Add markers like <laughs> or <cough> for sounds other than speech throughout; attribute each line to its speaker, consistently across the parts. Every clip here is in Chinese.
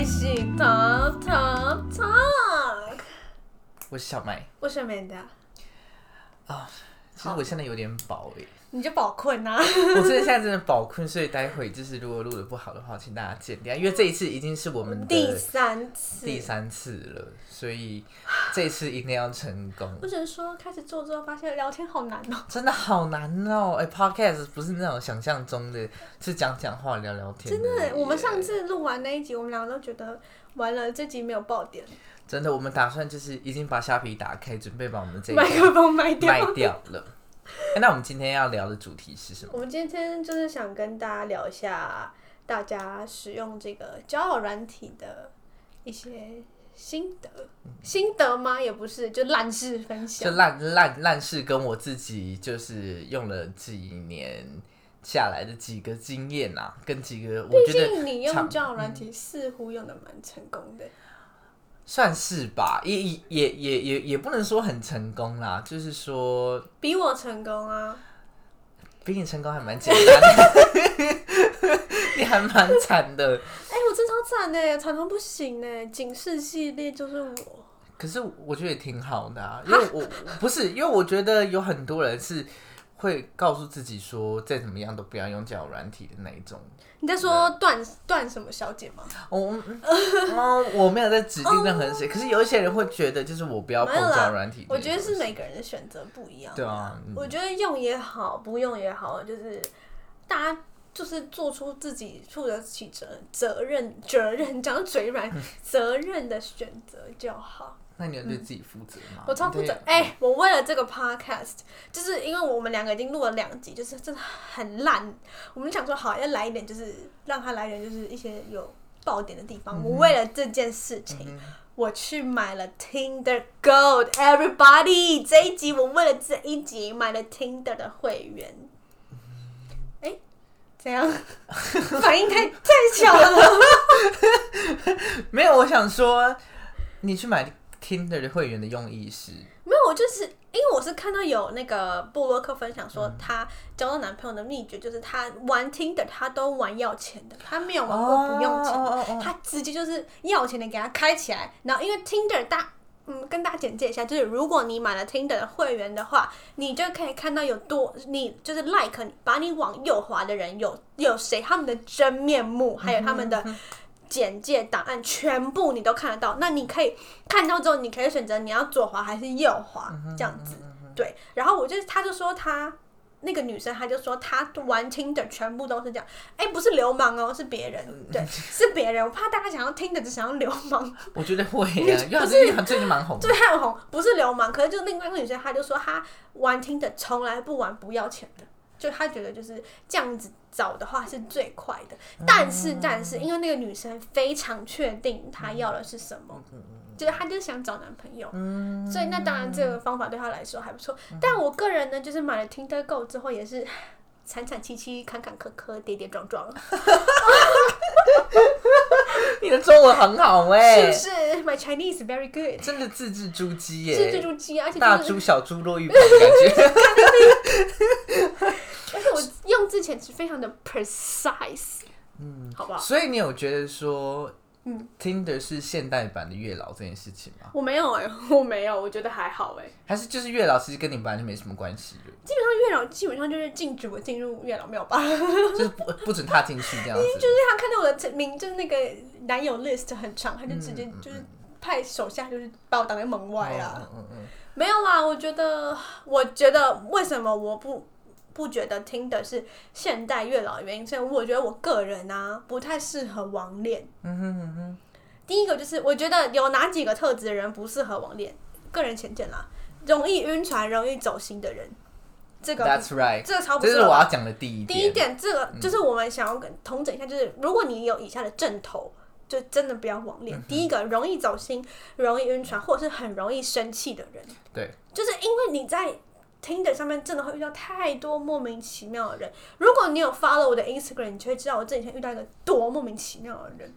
Speaker 1: 一起 talk talk talk。
Speaker 2: 我是小麦。
Speaker 1: 我是 Amanda，
Speaker 2: 其实我现在有点饱诶、
Speaker 1: 你就宝困啊
Speaker 2: <laughs>
Speaker 1: 呐、
Speaker 2: 我真的现在真的饱困，所以待会就是如果录的不好的话，请大家见谅，因为这一次已经是我们的
Speaker 1: 第三次，
Speaker 2: 第三次了，所以这次一定要成功。
Speaker 1: 我只能说开始做之后发现聊天好难哦。
Speaker 2: 真的好难哦！哎、p o d c a s t 不是那种想象中的，是讲讲话、聊聊天。
Speaker 1: 真的，我们上次录完那一集，我们两个都觉得完了，这集没有爆点，
Speaker 2: 真的，我们打算就是已经把虾皮打开，准备把我们这一
Speaker 1: 麦克风卖掉。
Speaker 2: 卖掉了。哎那我们今天要聊的主题是什么？
Speaker 1: 我们今天就是想跟大家聊一下，大家使用这个交友软体的一些心得，心得吗？也不是，就烂事分享
Speaker 2: 就。烂烂烂事跟我自己就是用了几年下来的几个经验啊，跟几个我
Speaker 1: 毕
Speaker 2: 觉得
Speaker 1: 竟你用
Speaker 2: 长嗯
Speaker 1: 交友软体似乎用的蛮成功的，
Speaker 2: 算是吧，也也也也也也不能说很成功啦，就是说
Speaker 1: 比我成功啊！
Speaker 2: 比你成功还蛮简单的， <laughs> 你还蛮惨的。
Speaker 1: 哎、我真超惨的，惨到不行呢。警示系列就是我，
Speaker 2: 可是我觉得也挺好的啊，因为我不是因为我觉得有很多人是会告诉自己说再怎么样都不要用交友软体的那一种。
Speaker 1: 你在说段段什么小姐吗？
Speaker 2: 我哦，我没有在指定任何人谁，可是有一些人会觉得就是我不要碰
Speaker 1: 哦没有啦
Speaker 2: 交友软体这
Speaker 1: 我
Speaker 2: 一种东西。
Speaker 1: 觉得是每个人的选择不一样。
Speaker 2: 对啊嗯
Speaker 1: 我觉得用也好，不用也好，就是大家就是做出自己负得起责责任责任，讲到嘴
Speaker 2: <laughs>
Speaker 1: 软，责任的选择就好。
Speaker 2: 那你要对自己负责吗？
Speaker 1: 我超负
Speaker 2: 你
Speaker 1: 责
Speaker 2: 啊对，
Speaker 1: 哎、我为了这个 podcast，就是因为我们两个已经录了两集，就是真的很烂。我们想说好要来一点，就是让他来一点，就是一些有爆点的地方。我为了这件事
Speaker 2: 嗯
Speaker 1: 情，我去买了 Tinder Gold。Everybody，这一集我为了这一集买了 Tinder 的会员。哎、怎样？ <laughs> 反应太太巧了。
Speaker 2: 没有，我想说你去买 Tinder 的会员的用意是，
Speaker 1: 没有，我就是因为我是看到有那个布洛克分享说，她交到男朋友的秘诀就是她玩 Tinder，她都玩要钱的，她没有玩过不用钱的，
Speaker 2: 哦哦哦哦
Speaker 1: 她直接就是要钱的给她开起来。然后因为 Tinder 大。嗯，跟大家简介一下，就是如果你买了 Tinder 的会员的话，你就可以看到有多你就是 like 你把你往右滑的人有有谁，他们的真面目，还有他们的简介档案全部你都看得到。那你可以看到之后，你可以选择你要左滑还是右滑这样子。对，然后我就他就说他那个女生，她就说她玩 Tinder 全部都是这样。哎，不是流氓哦，是别人，对，是别人。我怕大家想要 Tinder 只想要流氓，
Speaker 2: 我觉得会
Speaker 1: <laughs>
Speaker 2: 啊，因为最近最近蛮红的
Speaker 1: 最汉红不是流氓。可是就另外一个女生，她就说她玩 Tinder 从来不玩不要钱的。就她觉得就是这样子找的话是最快的，但是但是因为那个女生非常确定她要的是什么，就是她就是想找男朋友，所以那当然这个方法对她来说还不错。但我个人呢，就是买了 Tinder Go 之后也是 <sighs> 惨惨戚戚、坎坎坷坷、跌跌撞撞，
Speaker 2: 你的中文很好
Speaker 1: 是
Speaker 2: 哎、
Speaker 1: <laughs> 不是？My Chinese very good，
Speaker 2: 真的字字珠玑耶、
Speaker 1: 是这种鸡，而且
Speaker 2: 大
Speaker 1: 就是
Speaker 2: 珠小珠落玉盘的感觉。
Speaker 1: 而且我用之前是非常的 precise，嗯， <laughs> 好不好？
Speaker 2: 所以你有觉得说，
Speaker 1: 嗯
Speaker 2: ，Tinder 是现代版的月老这件事情吗？
Speaker 1: 我没有哎、我没有，我觉得还好哎、
Speaker 2: 还是就是月老其实跟你本来就没什么关系的，
Speaker 1: <laughs> 基本上月老基本上就是禁止我进入月老
Speaker 2: <laughs>
Speaker 1: 庙吧，就是
Speaker 2: 就是不不准踏进去这样子。
Speaker 1: 他看到我的名，就是那个男友 list 很长，他就直接就是派手下就是把我挡在门外啊。
Speaker 2: 嗯嗯嗯，
Speaker 1: 没有啦，我觉得，我觉得为什么我不不觉得听的是现代月老的原因，所以我觉得我个人啊不太适合网恋。嗯哼哼哼。第一个就是我觉得有哪几个特质的人不适合网恋，个人浅见啦，容易晕船、容易走心的人，这个
Speaker 2: That's right，
Speaker 1: 这个超不
Speaker 2: 这
Speaker 1: 适
Speaker 2: 是
Speaker 1: 合
Speaker 2: 我
Speaker 1: 吧。
Speaker 2: 要讲的嗯第一
Speaker 1: 第一
Speaker 2: 点。
Speaker 1: 点，这个就是我们想要跟同整一下，就是如果你有以下的症头，就真的不要网
Speaker 2: 嗯
Speaker 1: 恋。第一个，容易走心、容易晕船，或者是很容易生气的人。
Speaker 2: 对，
Speaker 1: 就是因为你在 Tinder 上面真的会遇到太多莫名其妙的人。如果你有 follow 我的 Instagram，你就会知道我这几天遇到一个多莫名其妙的人。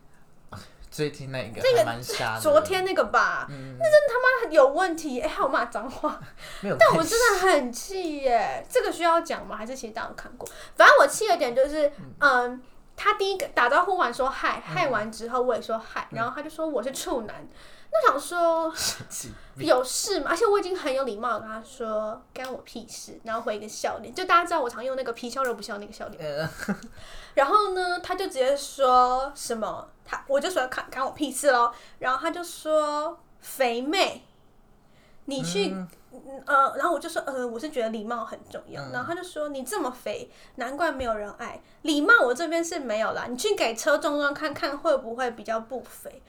Speaker 2: 最近那一个
Speaker 1: 这个
Speaker 2: 还蛮瞎的，
Speaker 1: 昨天那个吧，那真的他妈有问题，哎、还有骂脏话，
Speaker 2: 没有，
Speaker 1: 但我真的 <laughs> 很气耶。这个需要讲吗？还是其实大家都看过？反正我气的点就是，嗯。嗯他第一个打招呼完说嗨，嗨完之后我也说嗨，然后他就说我是处男，那想说
Speaker 2: 神经病
Speaker 1: 有事吗？而且我已经很有礼貌地跟他说干我屁事，然后回一个笑脸，就大家知道我常用那个皮笑肉不笑那个笑脸。
Speaker 2: 呃
Speaker 1: 然后呢，他就直接说什么，他我就说干干我屁事咯，然后他就说肥妹，你去、嗯呃，然后我就说呃，我是觉得礼貌很重要。然后他就说你这么肥，难怪没有人爱。礼貌我这边是没有啦，你去给车撞撞看看会不会比较不肥。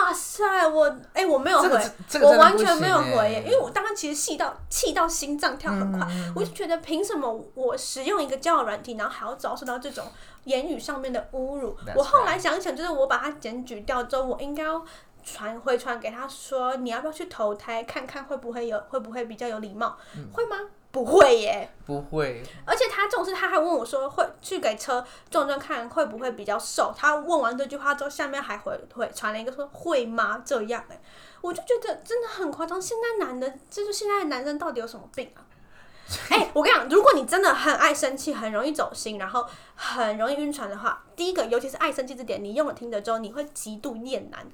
Speaker 1: 哇塞，我哎、我 <laughs> 没有回，
Speaker 2: 呃这个是这个
Speaker 1: 我
Speaker 2: 真的
Speaker 1: 完
Speaker 2: 不
Speaker 1: 全没有
Speaker 2: 行
Speaker 1: 回
Speaker 2: 欸嗯
Speaker 1: 耶，因为我当时其实气到气到心脏跳很快，我就觉得凭什么我使用一个交友软体，然后还要遭受到这种言语上面的侮辱
Speaker 2: That's
Speaker 1: 我后来想一想，就是我把他检举掉之后，我应该要传回传给他说，你要不要去投胎看看会不会有会不会比较有礼貌，
Speaker 2: 嗯
Speaker 1: 会吗？不会耶，
Speaker 2: 不会，
Speaker 1: 而且他这种事，他还问我说会去给车撞撞看会不会比较瘦。他问完这句话之后，下面还回回传了一个说会吗？这样哎，我就觉得真的很夸张。现在男的，这就现在的男生到底有什么病啊？ <laughs> 哎、我跟你讲，如果你真的很爱生气，很容易走心，然后很容易晕船的话，第一个，尤其是爱生气这点，你用了听得之后，你会极度厌男，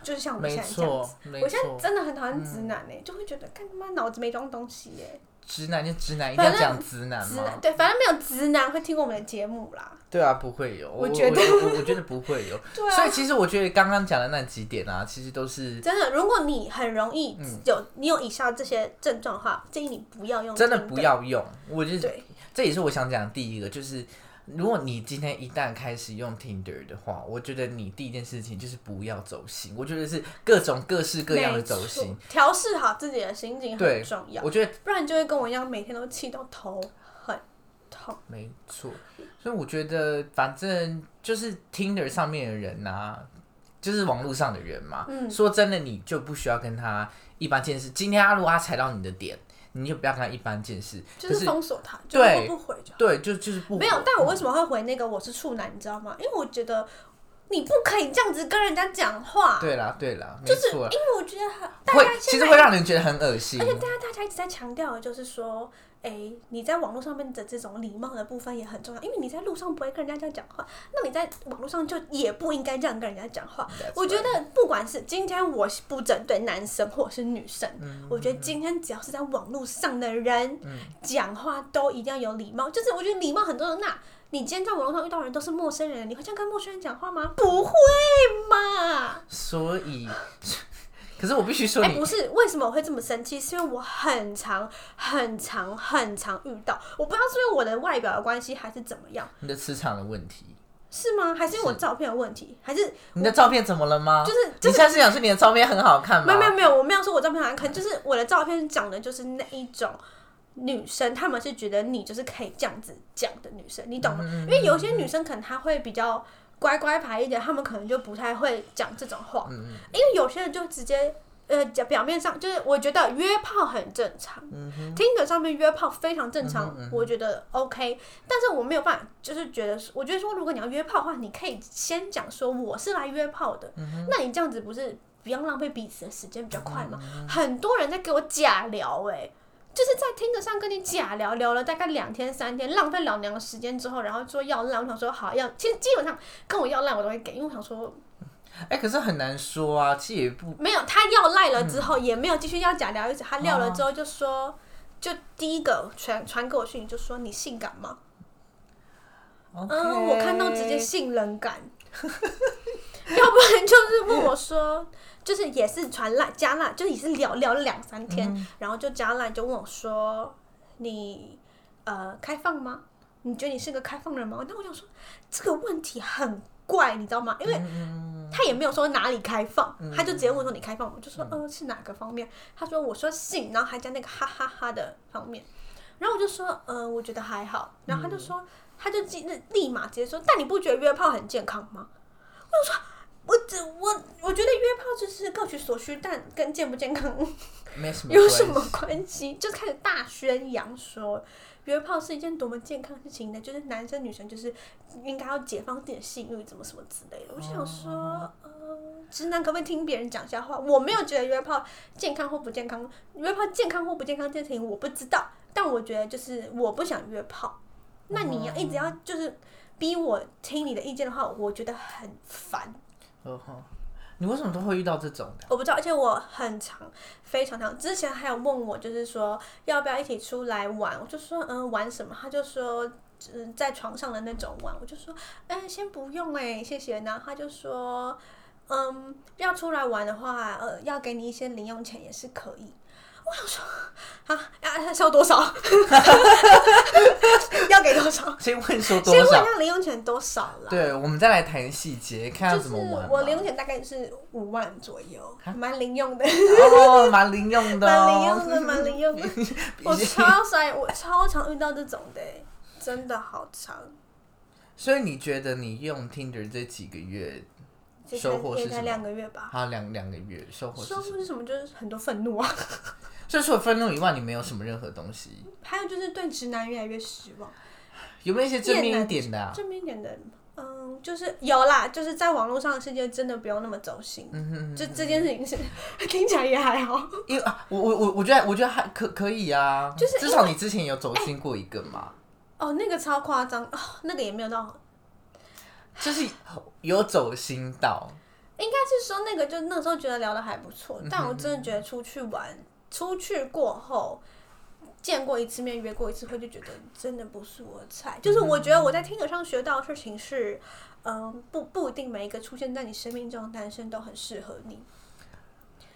Speaker 1: 就是像我们
Speaker 2: 没
Speaker 1: 现在这样
Speaker 2: 错
Speaker 1: 子。，
Speaker 2: 没
Speaker 1: 我现在
Speaker 2: 错，嗯
Speaker 1: 真的很讨厌直男哎、就会觉得干他妈脑子没装东西欸耶、
Speaker 2: 直男就直男，一定要
Speaker 1: 反正
Speaker 2: 讲直男
Speaker 1: 直男
Speaker 2: 吗？
Speaker 1: 对，反正没有直男会听我们的节目啦。
Speaker 2: 对啊，不会有，我
Speaker 1: 觉得
Speaker 2: 我我我觉得不会有，
Speaker 1: <laughs> 对啊
Speaker 2: 所以其实我觉得刚刚讲的那几点啊，其实都是
Speaker 1: 真的，如果你很容易
Speaker 2: 嗯
Speaker 1: 有、你有以下这些症状的话，建议你不要用，
Speaker 2: 真的不。要用。我就是
Speaker 1: 对
Speaker 2: 这也是我想讲的第一个，就是如果你今天一旦开始用 Tinder 的话，我觉得你第一件事情就是不要走心。我觉得是各种各式各样的走
Speaker 1: 没
Speaker 2: 心
Speaker 1: 错，，调试好自己的心情
Speaker 2: 对
Speaker 1: 很重要，
Speaker 2: 我觉得
Speaker 1: 不然你就会跟我一样每天都气到头很痛。
Speaker 2: 没错。所以我觉得反正就是 Tinder 上面的人啊。就是网络上的人嘛，
Speaker 1: 嗯
Speaker 2: 说真的，你就不需要跟他一般见识。今天他如果他踩到你的点，你就不要跟他一般见识。
Speaker 1: 就
Speaker 2: 可
Speaker 1: 是
Speaker 2: 是
Speaker 1: 封锁他，就是
Speaker 2: 对
Speaker 1: 我不回就好。
Speaker 2: 对，就就是不
Speaker 1: 没有
Speaker 2: 火，
Speaker 1: 但我为什么会回那个我是处男，你知道吗？因为我觉得你不可以这样子跟人家讲话，
Speaker 2: 对啦对啦，没
Speaker 1: 就是因
Speaker 2: 错啦，
Speaker 1: 为我觉得很大
Speaker 2: 会
Speaker 1: 家
Speaker 2: 其实
Speaker 1: 现在
Speaker 2: 会让人觉得很恶心
Speaker 1: 而。且大家大家一直在强调的就是说，哎、你在网络上面的这种礼貌的部分也很重要，因为你在路上不会跟人家这样讲话，那你在网络上就也不应该这样跟人家讲话。
Speaker 2: That's
Speaker 1: 我觉得不管是今天我是不针对男生或者是女生，
Speaker 2: 嗯
Speaker 1: 我觉得今天只要是在网络上的人讲、话都一定要有礼貌，就是我觉得礼貌很重要。那你今天在网络上遇到的人都是陌生人，你会这样跟陌生人讲话吗？不会嘛。
Speaker 2: 所以，可是我必须说
Speaker 1: 哎、
Speaker 2: 你，
Speaker 1: 不是，为什么我会这么生气？是因为我很常、很常、很常遇到，我不知道是因为我的外表的关系，还是怎么样，
Speaker 2: 你的磁场的问题，
Speaker 1: 是吗？还是因为我照片的问题，还是
Speaker 2: 你的照片怎么了吗？
Speaker 1: 就是
Speaker 2: 你现在是想说你的照片很好看
Speaker 1: 没
Speaker 2: 吗？
Speaker 1: 有没有没有，我没有说我照片好看，可能就是我的照片讲的就是那一种女生，她们是觉得你就是可以这样子讲的女生，你
Speaker 2: 嗯
Speaker 1: 懂吗？因为有些女生可能她会比较乖乖牌一点，她们可能就不太会讲这种话，
Speaker 2: 嗯
Speaker 1: 因为有些人就直接。呃，讲表面上就是我觉得约炮很正常、
Speaker 2: 嗯
Speaker 1: 听着上面约炮非常正常，我觉得 OK。但是我没有办法，就是觉得说，我觉得说，如果你要约炮的话，你可以先讲说我是来约炮的，
Speaker 2: 嗯
Speaker 1: 那你这样子不是不要浪费彼此的时间比较快吗？很多人在给我假聊、欸，就是在听着上跟你假聊，聊了大概两天三天，浪费老娘的时间之后，然后说要烂，我想说好要，其实基本上跟我要烂我都会给，因为我想说
Speaker 2: 哎、可是很难说啊，其实也不
Speaker 1: 没有他要赖了之后、也没有继续要假聊，一直他撂了之后就说，就第一个传传给我讯息就说你性感吗？
Speaker 2: OK。
Speaker 1: 嗯，我看到直接性冷感，要不然就是问我说，就是也是传烂加烂，就是也是聊聊了两三天，然后就加烂就问我说，你呃开放吗？你觉得你是个开放人吗？那我想说这个问题很怪，你知道吗？因为他也没有说哪里开放，他就直接问说你开放吗？我就说嗯、呃是哪个方面？他说我说性，然后还加那个哈哈哈的方面，然后我就说嗯、呃我觉得还好，然后他就说。他就立立马直接说：“但你不觉得约炮很健康吗？”我就说：“我只我我觉得约炮就是各取所需，但跟健不健康
Speaker 2: 没什么
Speaker 1: 有
Speaker 2: 关
Speaker 1: 什
Speaker 2: 系。
Speaker 1: 么关系？”就开始大宣扬说约炮是一件多么健康的事情呢？就是男生女生就是应该要解放自己的性欲，怎么什么之类的。我就想说，呃，直男可不可以听别人讲一下话？我没有觉得约炮健康或不健康，约炮健康或不健康这件事情我不知道，但我觉得就是我不想约炮。那你要一直要就是逼我听你的意见的话，我觉得很烦。
Speaker 2: 哦吼，你为什么都会遇到这种的？
Speaker 1: 我不知道，而且我很常，非常常。之前还有问我，就是说要不要一起出来玩，我就说嗯玩什么，他就说嗯在床上的那种玩，我就说嗯先不用哎、谢谢。然后他就说嗯要出来玩的话，呃要给你一些零用钱也是可以。我想说啊啊要多少？ <laughs> 要给多少？
Speaker 2: 先问说多
Speaker 1: 啊先问
Speaker 2: 少？
Speaker 1: 他零用钱多少啦？
Speaker 2: 对，我们再来谈细节，看要
Speaker 1: 就是
Speaker 2: 怎么玩吧。
Speaker 1: 我零用钱大概是五万左右，蛮零用的。
Speaker 2: 哦，蛮零用的、
Speaker 1: 蛮零
Speaker 2: 哦，
Speaker 1: 用的，蛮零用的。我超帅，我超常遇到这种的欸，真的好长。
Speaker 2: <laughs> 所以你觉得你用 Tinder 这几个月，
Speaker 1: 这才
Speaker 2: 收获是
Speaker 1: 也才
Speaker 2: 什么
Speaker 1: 两个月吧。
Speaker 2: 还有两两个月收获是
Speaker 1: 收
Speaker 2: 什
Speaker 1: 获
Speaker 2: 么？
Speaker 1: 是什么？就是很多愤怒啊， <laughs>
Speaker 2: 所以除了愤怒以外，你没有什么任何东西，
Speaker 1: 还有就是对直男越来越失望。
Speaker 2: 有没有一些正面一点的、啊？
Speaker 1: 正面一点的，嗯，就是有啦，就是在网络上的世界真的不用那么走心。
Speaker 2: 嗯哼哼，
Speaker 1: 这这件事情是 <laughs> 听起来也还好，
Speaker 2: 因为啊，我我我我觉得我觉得还可可以啊，
Speaker 1: 就是
Speaker 2: 至少你之前有走进过一个嘛，
Speaker 1: 哦，那个超夸张哦，那个也没有到
Speaker 2: 就是有走心到，
Speaker 1: 应该是说那个，就那时候觉得聊的还不错，但我真的觉得出去玩，出去过后见过一次面，约过一次会，就觉得真的不是我的菜。就是我觉得我在听者上学到的事情是，嗯，不不一定每一个出现在你生命中的男生都很适合你。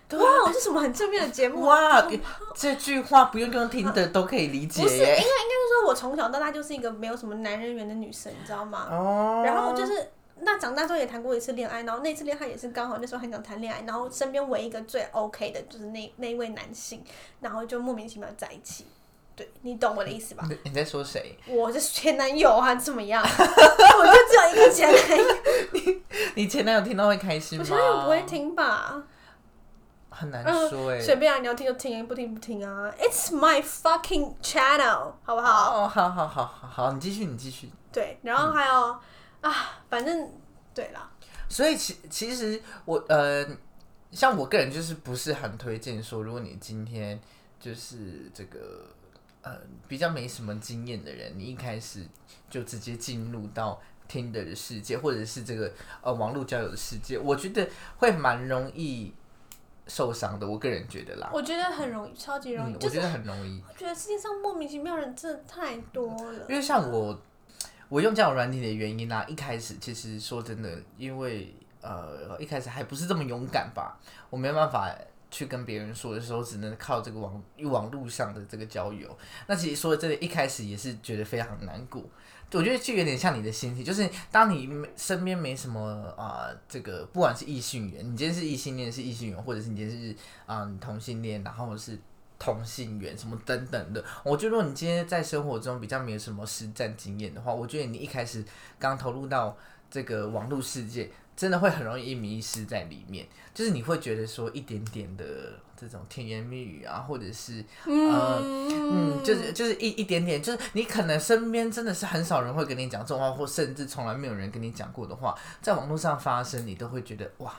Speaker 2: 对
Speaker 1: 哇，这是什么很正面的节目？啊
Speaker 2: 哇，这句话不用用听的都可以理解
Speaker 1: 不是，因为应该
Speaker 2: 耶。
Speaker 1: 是说我从小到大就是一个没有什么男人缘的女生，你知道吗？
Speaker 2: 哦，
Speaker 1: 然后就是那长大之后也谈过一次恋爱，然后那次恋爱也是刚好那时候很想谈恋爱，然后身边唯一一个最 OK 的就是那那一位男性，然后就莫名其妙在一起。对你懂我的意思吧？
Speaker 2: 你你在说谁？
Speaker 1: 我是前男友啊，怎么样？我就只有一个前男友，
Speaker 2: 你前男友听到会开心
Speaker 1: 我
Speaker 2: 吗？
Speaker 1: 前男友不会，听吧？
Speaker 2: 很难
Speaker 1: 嗯
Speaker 2: 说哎。
Speaker 1: 随便啊，你要听就听，不听不听啊。It's my fucking channel，好不好？
Speaker 2: 哦，好好好好好，你继续，你继续。
Speaker 1: 对，然后还有、啊，反正对啦，
Speaker 2: 所以其其实我呃，像我个人就是不是很推荐说，如果你今天就是这个呃比较没什么经验的人，你一开始就直接进入到 Tinder 的世界，或者是这个呃网络交友的世界，我觉得会蛮容易受伤的。我个人觉得啦，
Speaker 1: 我觉得很容易，超级容易，
Speaker 2: 嗯，
Speaker 1: 就
Speaker 2: 我
Speaker 1: 是
Speaker 2: 觉得很容易，
Speaker 1: 我觉得世界上莫名其妙的人真的太多了。
Speaker 2: 因为像我我用交友软体的原因啦、啊一开始其实说真的，因为呃一开始还不是这么勇敢吧，我没有办法去跟别人说的时候，只能靠这个网网路上的这个交友。那其实说真的，一开始也是觉得非常难过。我觉得就有点像你的心情，就是当你没身边没什么啊、这个不管是异性缘，你今天是异性恋是异性缘，或者是你今天是啊、你同性恋，然后是同性缘什么等等的。我觉得如果你今天在生活中比较没有什么实战经验的话，我觉得你一开始刚投入到这个网络世界，真的会很容易一迷失在里面。就是你会觉得说一点点的这种甜言蜜语啊，或者是嗯，就是就是一一点点，就是你可能身边真的是很少人会跟你讲这种话，或甚至从来没有人跟你讲过的话，在网络上发生，你都会觉得哇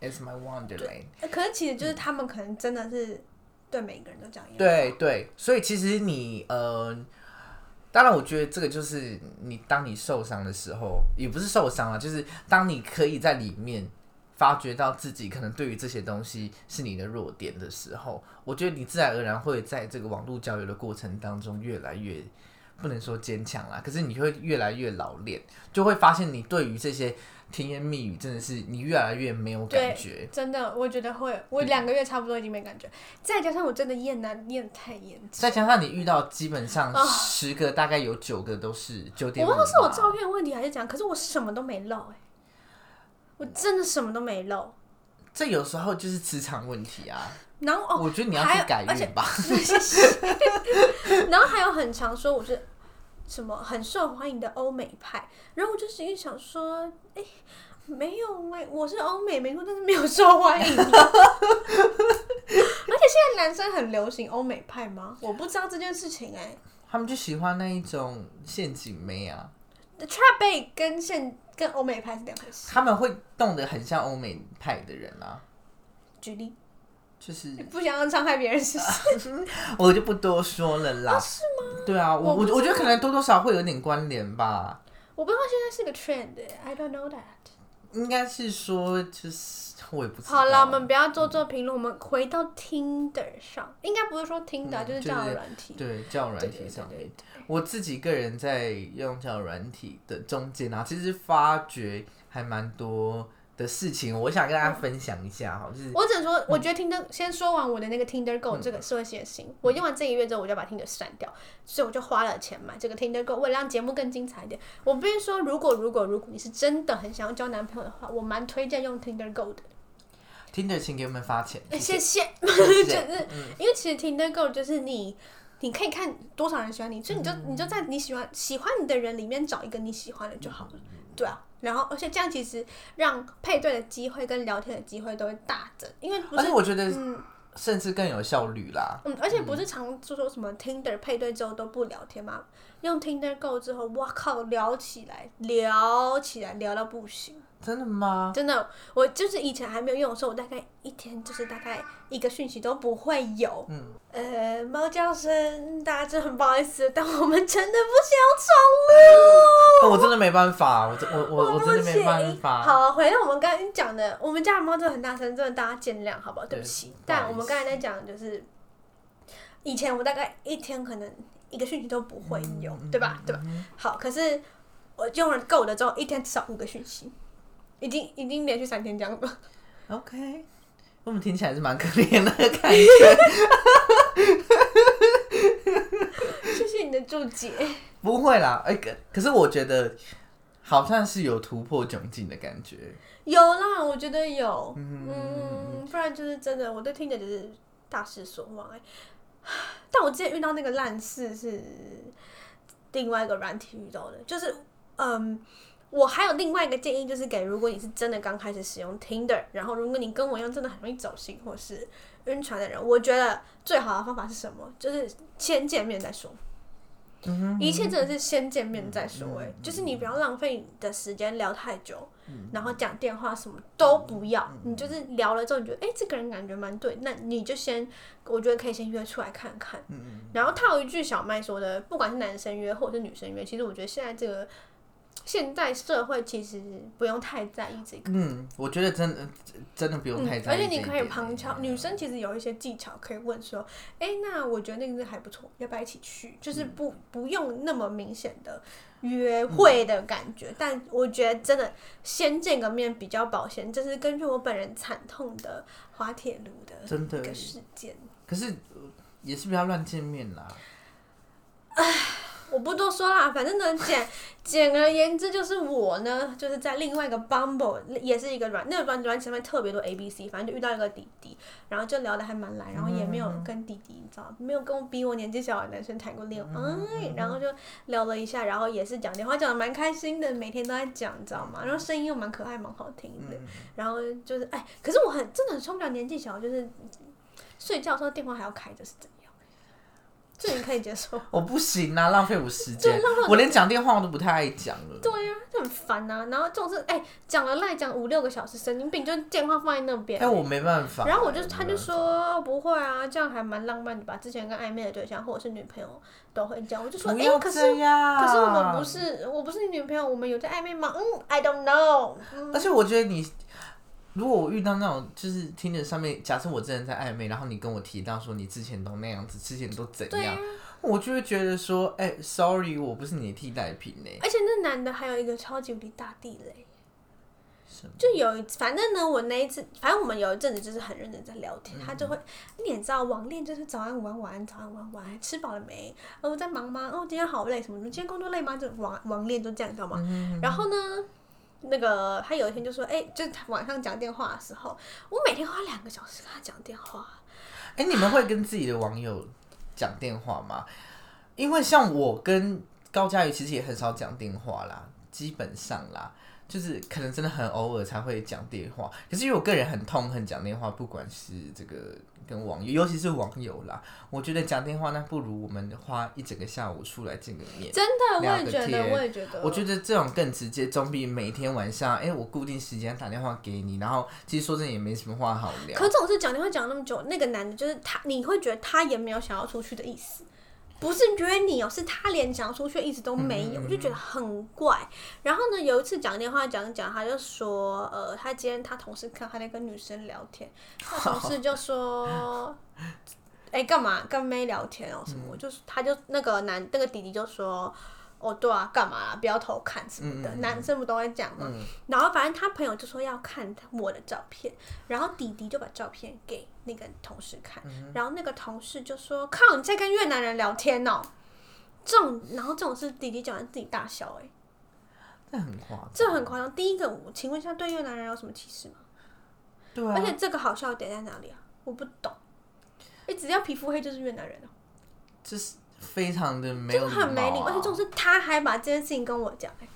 Speaker 2: ，It's my wonderland。
Speaker 1: 呃可是其实就是他们可能真的是对每个人都这样。，
Speaker 2: 对对，所以其实你呃，当然我觉得这个就是你当你受伤的时候，也不是受伤了，就是当你可以在里面发觉到自己可能对于这些东西是你的弱点的时候，我觉得你自然而然会在这个网络交友的过程当中越来越。不能说坚强啦，可是你会越来越老练，就会发现你对于这些甜言蜜语真的是你越来越没有感
Speaker 1: 对
Speaker 2: 觉。
Speaker 1: 真的，我觉得会，我两个月差不多已经没感觉，再加上我真的厌男厌太严重。
Speaker 2: 再加上你遇到基本上
Speaker 1: 啊
Speaker 2: 十个，大概有九个都是九
Speaker 1: 我
Speaker 2: 点。
Speaker 1: 不知道是我照片的问题还是怎样，可是我什么都没漏哎、我真的什么都没漏。
Speaker 2: 这有时候就是磁场问题啊。
Speaker 1: 然后哦，
Speaker 2: 我觉得你要
Speaker 1: 还
Speaker 2: 去
Speaker 1: 有
Speaker 2: 改
Speaker 1: 而且
Speaker 2: 运吧。
Speaker 1: <laughs> 然后还有很常说我是什么很受欢迎的欧美派，然后我就心里想说，哎、没有哎、我是欧美没错，但是没有受欢迎。而且现在男生很流行欧美派吗？我不知道这件事情哎、
Speaker 2: 他们就喜欢那一种陷阱妹啊，
Speaker 1: t r a p 被跟现跟欧美派是两回事。
Speaker 2: 他们会弄得很像欧美派的人啊。
Speaker 1: 举例，
Speaker 2: 就是
Speaker 1: 你不想要伤害别人是 <laughs> 不是？
Speaker 2: 我就不多说了啦。是吗？对啊，我我
Speaker 1: 我不知道
Speaker 2: 我觉得可能多多少少会有点关联吧。
Speaker 1: 我我不知道现在是个 trend，I don't know that。
Speaker 2: 应该是说就是我也不知道。
Speaker 1: 好了，我们不要做做评论，我们回到 Tinder 上，应该不是说 Tinder，、
Speaker 2: 嗯
Speaker 1: 就是
Speaker 2: 就
Speaker 1: 交友
Speaker 2: 是
Speaker 1: 软体。
Speaker 2: 对交友
Speaker 1: 对
Speaker 2: 软
Speaker 1: 对
Speaker 2: 体上
Speaker 1: 对
Speaker 2: 面
Speaker 1: 对，
Speaker 2: 我自己个人在用交友软体的中间啊，其实发觉还蛮多的事情，我想跟大家分享一下哈，就是
Speaker 1: 我只能说，我觉得 Tinder 先说完我的那个 Tinder Go 这个
Speaker 2: 嗯
Speaker 1: 是会写信，我用完这一个月之后，我就把 Tinder 删掉，所以我就花了钱买这个 Tinder Go，为了让节目更精彩一点。我必须说，如果如果如果你是真的很想要交男朋友的话，我蛮推荐用 Tinder
Speaker 2: <laughs>
Speaker 1: Go 的。
Speaker 2: Tinder 请给我们发钱，
Speaker 1: 谢谢，
Speaker 2: 谢
Speaker 1: 就
Speaker 2: 谢
Speaker 1: 是因为其实 Tinder Go 就是你。你可以看多少人喜欢你，所以你就
Speaker 2: 嗯
Speaker 1: 你就在你喜欢喜欢你的人里面找一个你喜欢的就好了，
Speaker 2: 嗯
Speaker 1: 对啊。然后，而且这样其实让配对的机会跟聊天的机会都会大增，因为不
Speaker 2: 而
Speaker 1: 是
Speaker 2: 且我觉得甚至更有效率啦。
Speaker 1: 嗯，而且不是常就说什么 Tinder 配对之后都不聊天吗？用 Tinder Go 之后，哇靠，聊起来，聊起来，聊到不行，
Speaker 2: 真的吗？
Speaker 1: 真的，我就是以前还没有用的时候，我大概一天就是大概一个讯息都不会有。
Speaker 2: 嗯，
Speaker 1: 呃，猫叫声，大家真的很不好意思，但我们真的不
Speaker 2: 哦我真的没办法，我真我
Speaker 1: 想
Speaker 2: <laughs> 我我
Speaker 1: <laughs> 宠物，不
Speaker 2: 真的没办
Speaker 1: 行。
Speaker 2: 法。
Speaker 1: 好，回到我们刚刚讲的，我们家的猫真的很大声，真的大家见谅，好不好？对不
Speaker 2: 对
Speaker 1: 起
Speaker 2: 不好。
Speaker 1: 但
Speaker 2: 意
Speaker 1: 我们
Speaker 2: 思
Speaker 1: 刚才在讲就是，以前我大概一天可能一个讯息都不会
Speaker 2: 嗯
Speaker 1: 有，对吧？对吧？好，可是我用了够了之后，一天至少五个讯息，已经已经连续三天这样了。
Speaker 2: OK，我们听起来是蛮可怜的感觉。
Speaker 1: <laughs> 谢谢你的注解。
Speaker 2: 不会啦，哎、可可是我觉得好像是有突破窘境的感觉。
Speaker 1: 有啦，我觉得有，
Speaker 2: 嗯
Speaker 1: 嗯，不然就是真的，我对听着就是大失所望哎、 <sighs> 但我之前遇到那个烂事是另外一个软体遇到的，就是嗯，我还有另外一个建议，就是给如果你是真的刚开始使用 Tinder，然后如果你跟我一样真的很容易走心或是晕船的人，我觉得最好的方法是什么？就是先见面再说。
Speaker 2: 嗯哼，
Speaker 1: 一切真的是先见面再说、
Speaker 2: 嗯
Speaker 1: 欸，
Speaker 2: 嗯
Speaker 1: 就是你不要浪费你的时间聊太久，然后讲电话什么都不要，
Speaker 2: 嗯
Speaker 1: 你就是聊了之后你觉得，哎、这个人感觉蛮对，那你就先，我觉得可以先约出来看看。
Speaker 2: 嗯
Speaker 1: 然后套一句小麦说的，不管是男生约或者是女生约，其实我觉得现在这个现代社会其实不用太在意这个。
Speaker 2: 嗯，我觉得真的真的不用太
Speaker 1: 嗯，
Speaker 2: 在
Speaker 1: 而
Speaker 2: 意、
Speaker 1: 且你可以旁敲，女生其实有一些技巧可以问说，哎、那我觉得那个还不错，要不要一起去？就是
Speaker 2: 嗯
Speaker 1: 不、不用那么明显的约会的感觉，但我觉得真的先见个面比较保险，这是根据我本人惨痛的滑铁卢的
Speaker 2: 真
Speaker 1: 一
Speaker 2: 的
Speaker 1: 个，事件。
Speaker 2: 可是呃也是不要乱见面啦。
Speaker 1: 我不多说啦，反正呢， <laughs> 简简而言之就是我呢，就是在另外一个 Bumble，也是一个软，那个软软体上面特别多 A B C，反正就遇到一个弟弟，然后就聊得还蛮来，然后也没有跟弟弟，你知道，没有跟我比我年纪小的男生谈过恋爱，然后就聊了一下，然后也是讲电话，讲的蛮开心的，每天都在讲，你知道吗？然后声音又蛮可爱，蛮好听
Speaker 2: 嗯
Speaker 1: 的，然后就是哎，可是我很真的很受不了年纪小，就是睡觉的时候电话还要开着是怎样？这你可以接受吗？
Speaker 2: 我不行啊，浪费我时间，我连讲电话我都不太爱讲了。
Speaker 1: 对呀、就很烦呐、然后这种事，哎、讲了赖讲五六个小时，神经病，就电话放在那边。
Speaker 2: 哎、我欸没办法。
Speaker 1: 然后我就
Speaker 2: 没
Speaker 1: 他
Speaker 2: 办
Speaker 1: 就
Speaker 2: 法
Speaker 1: 说不会啊，这样还蛮浪漫的吧？之前跟暧昧的对象或者是女朋友都会这样，我就说，
Speaker 2: 不
Speaker 1: 哎、
Speaker 2: 要
Speaker 1: 可是
Speaker 2: 这样。
Speaker 1: 可是我们不是，我不是你女朋友，我们有在暧昧吗？嗯，I don't know。
Speaker 2: 而且我觉得你，如果我遇到那种就是听着上面，假设我真的在暧昧，然后你跟我提到说你之前都那样子，之前都怎
Speaker 1: 对
Speaker 2: 样
Speaker 1: 啊，
Speaker 2: 我就会觉得说，哎、s o r r y 我不是你的替代品呢、
Speaker 1: 而且那男的还有一个超级无敌大地雷
Speaker 2: 什。
Speaker 1: 就有一，反正呢，我那一次，反正我们有一阵子就是很认真在聊天，
Speaker 2: 嗯
Speaker 1: 他就会，你也知道，网恋就是早安、午安、晚安，早安、晚安、晚安，吃饱了没？哦，我在忙吗？哦，今天好累，什么？你今天工作累吗？就网网恋就这样，你知道
Speaker 2: 嗯
Speaker 1: 吗？然后呢，那个他有一天就说，哎、就是他晚上讲电话的时候，我每天花两个小时跟他讲电话，
Speaker 2: 哎、你们会跟自己的网友讲电话吗？因为像我跟高佳瑜其实也很少讲电话啦，基本上啦，就是可能真的很偶尔才会讲电话。可是因为我个人很痛恨讲电话，不管是这个跟网友，尤其是网友啦，我觉得讲电话那不如我们花一整个下午出来见个面。
Speaker 1: 真的，我也
Speaker 2: 聊个
Speaker 1: 觉得，
Speaker 2: 天
Speaker 1: 我也觉得，
Speaker 2: 我觉得这种更直接，总比每天晚上，哎、我固定时间打电话给你，然后其实说真的也没什么话好聊 <laughs>
Speaker 1: 可。这种事讲电话讲那么久，那个男的就是他，你会觉得他也没有想要出去的意思，不是约你哦，是他连想要出去一直都没有，
Speaker 2: 嗯嗯嗯
Speaker 1: 我就觉得很怪。然后呢，有一次讲电话讲一讲，他就说，呃，他今天他同事看他在跟女生聊天，他同事就说，
Speaker 2: <laughs>
Speaker 1: 哎、干嘛跟妹聊天哦什
Speaker 2: 嗯
Speaker 1: 么？就是他就那个男那个弟弟就说。哦，对啊，干嘛啦？不要偷看什么
Speaker 2: 嗯
Speaker 1: 的，
Speaker 2: 嗯嗯嗯
Speaker 1: 男生不都会讲吗？然后反正他朋友就说要看我的照片，然后弟弟就把照片给那个同事
Speaker 2: 嗯
Speaker 1: 看，然后那个同事就说：“靠，你在跟越南人聊天哦。”这种，然后这种是弟弟讲完自己大笑、欸，哎，
Speaker 2: 这很夸张，
Speaker 1: 这很夸张。第一个，我请问一下，对越南人有什么歧视吗？
Speaker 2: 对啊
Speaker 1: 而，且这个好笑点在哪里啊？我不懂。哎、只要皮肤黑就是越南人哦、
Speaker 2: 这是非常的没
Speaker 1: 这
Speaker 2: 有
Speaker 1: 个很没
Speaker 2: 礼貌
Speaker 1: 礼貌。而
Speaker 2: 啊
Speaker 1: 且重是他还把这件事情跟我讲、欸，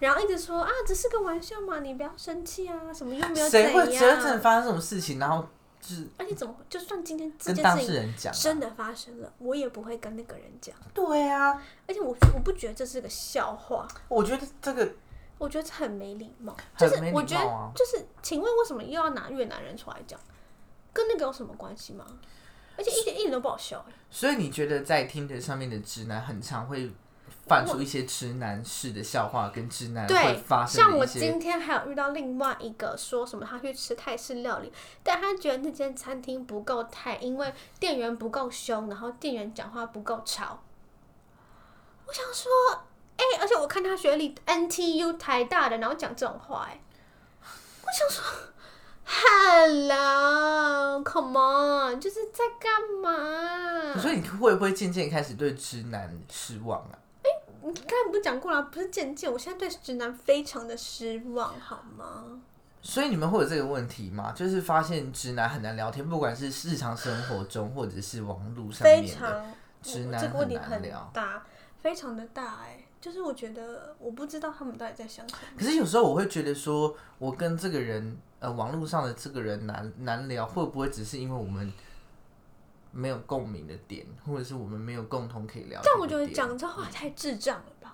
Speaker 1: 然后一直说啊，只是个玩笑嘛，你不要生气啊，什么又没有怎
Speaker 2: 谁会谁会
Speaker 1: 样啊
Speaker 2: 真。的发生这种事情，然后就是
Speaker 1: 而且怎么，就算今天这
Speaker 2: 跟
Speaker 1: 件
Speaker 2: 当
Speaker 1: 事情
Speaker 2: 事人讲啊？
Speaker 1: 真的发生了，我也不会跟那个人讲。
Speaker 2: 对啊，
Speaker 1: 而且我我不觉得这是个笑话，
Speaker 2: 我觉得这个
Speaker 1: 我觉得这很没礼貌。就
Speaker 2: 很
Speaker 1: 是
Speaker 2: 没
Speaker 1: 我
Speaker 2: 礼
Speaker 1: 觉
Speaker 2: 貌
Speaker 1: 得
Speaker 2: 啊。
Speaker 1: 就是，请问为什么又要拿越南人出来讲？跟那个有什么关系吗？而且一点一点都不好笑、欸。
Speaker 2: 所以你觉得在听的上面的直男很常会犯出一些直男式的笑话，跟直男会
Speaker 1: 对
Speaker 2: 发，生
Speaker 1: 像
Speaker 2: 的
Speaker 1: 我
Speaker 2: 一些
Speaker 1: 今天还有遇到另外一个说什么他去吃泰式料理，但他觉得那间餐厅不够泰，因为店员不够凶，然后店员讲话不够吵。我想说，哎、而且我看他学历 NTU 台大的，然后讲这种话、哎，我想说，Hello，Come on，就是在干嘛？
Speaker 2: 所以你会不会渐渐开始对直男失望啊？
Speaker 1: 你刚才不是讲过了，不是渐渐，我现在对直男非常的失望，好吗？
Speaker 2: 所以你们会有这个问题吗？就是发现直男很难聊天，不管是日常生活中或者是网络上
Speaker 1: 非
Speaker 2: 面的，
Speaker 1: 常
Speaker 2: 直
Speaker 1: 我
Speaker 2: 男
Speaker 1: 这个问
Speaker 2: 很
Speaker 1: 题
Speaker 2: 难
Speaker 1: 很
Speaker 2: 聊。
Speaker 1: 大，非常的大哎、就是我觉得我不知道他们到底在想什么。
Speaker 2: 可是有时候我会觉得说，我跟这个人，呃，网络上的这个人难难聊，会不会只是因为我们没有共鸣的点，或者是我们没有共同可以聊的点？嗯
Speaker 1: 但我觉得讲这话太智障了吧？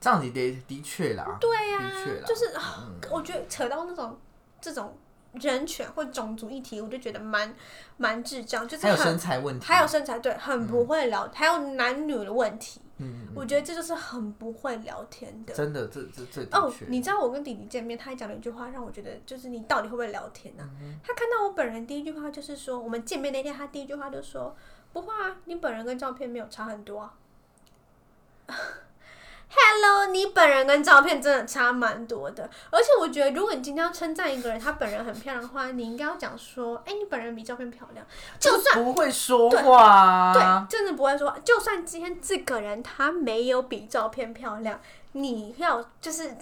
Speaker 2: 这样子的的确啦，
Speaker 1: 对呀、
Speaker 2: 嗯的确啦，
Speaker 1: 就是、啊我觉得扯到那种这种人权或种族议题，我就觉得蛮蛮智障，就是
Speaker 2: 还有
Speaker 1: 很
Speaker 2: 身材问题，
Speaker 1: 还有身材对，很不会聊，还有男女的问题，
Speaker 2: 嗯，
Speaker 1: 我觉得这就是很不会聊天的。
Speaker 2: 真的，这这这的
Speaker 1: 哦
Speaker 2: 确，，
Speaker 1: 你知道我跟弟弟见面，他还讲了一句话，让我觉得就是你到底会不会聊天
Speaker 2: 嗯
Speaker 1: 呢、他看到我本人第一句话就是说，我们见面那天，他第一句话就说：“不会啊，你本人跟照片没有差很多啊。” <laughs> Hello，你本人跟照片真的差蛮多的，而且我觉得，如果你今天要称赞一个人，他本人很漂亮的话，你应该要讲说：“哎、你本人比照片漂亮。”就算
Speaker 2: 不会说话啊，
Speaker 1: 对，真的不会说。就算今天这个人他没有比照片漂亮，你要就是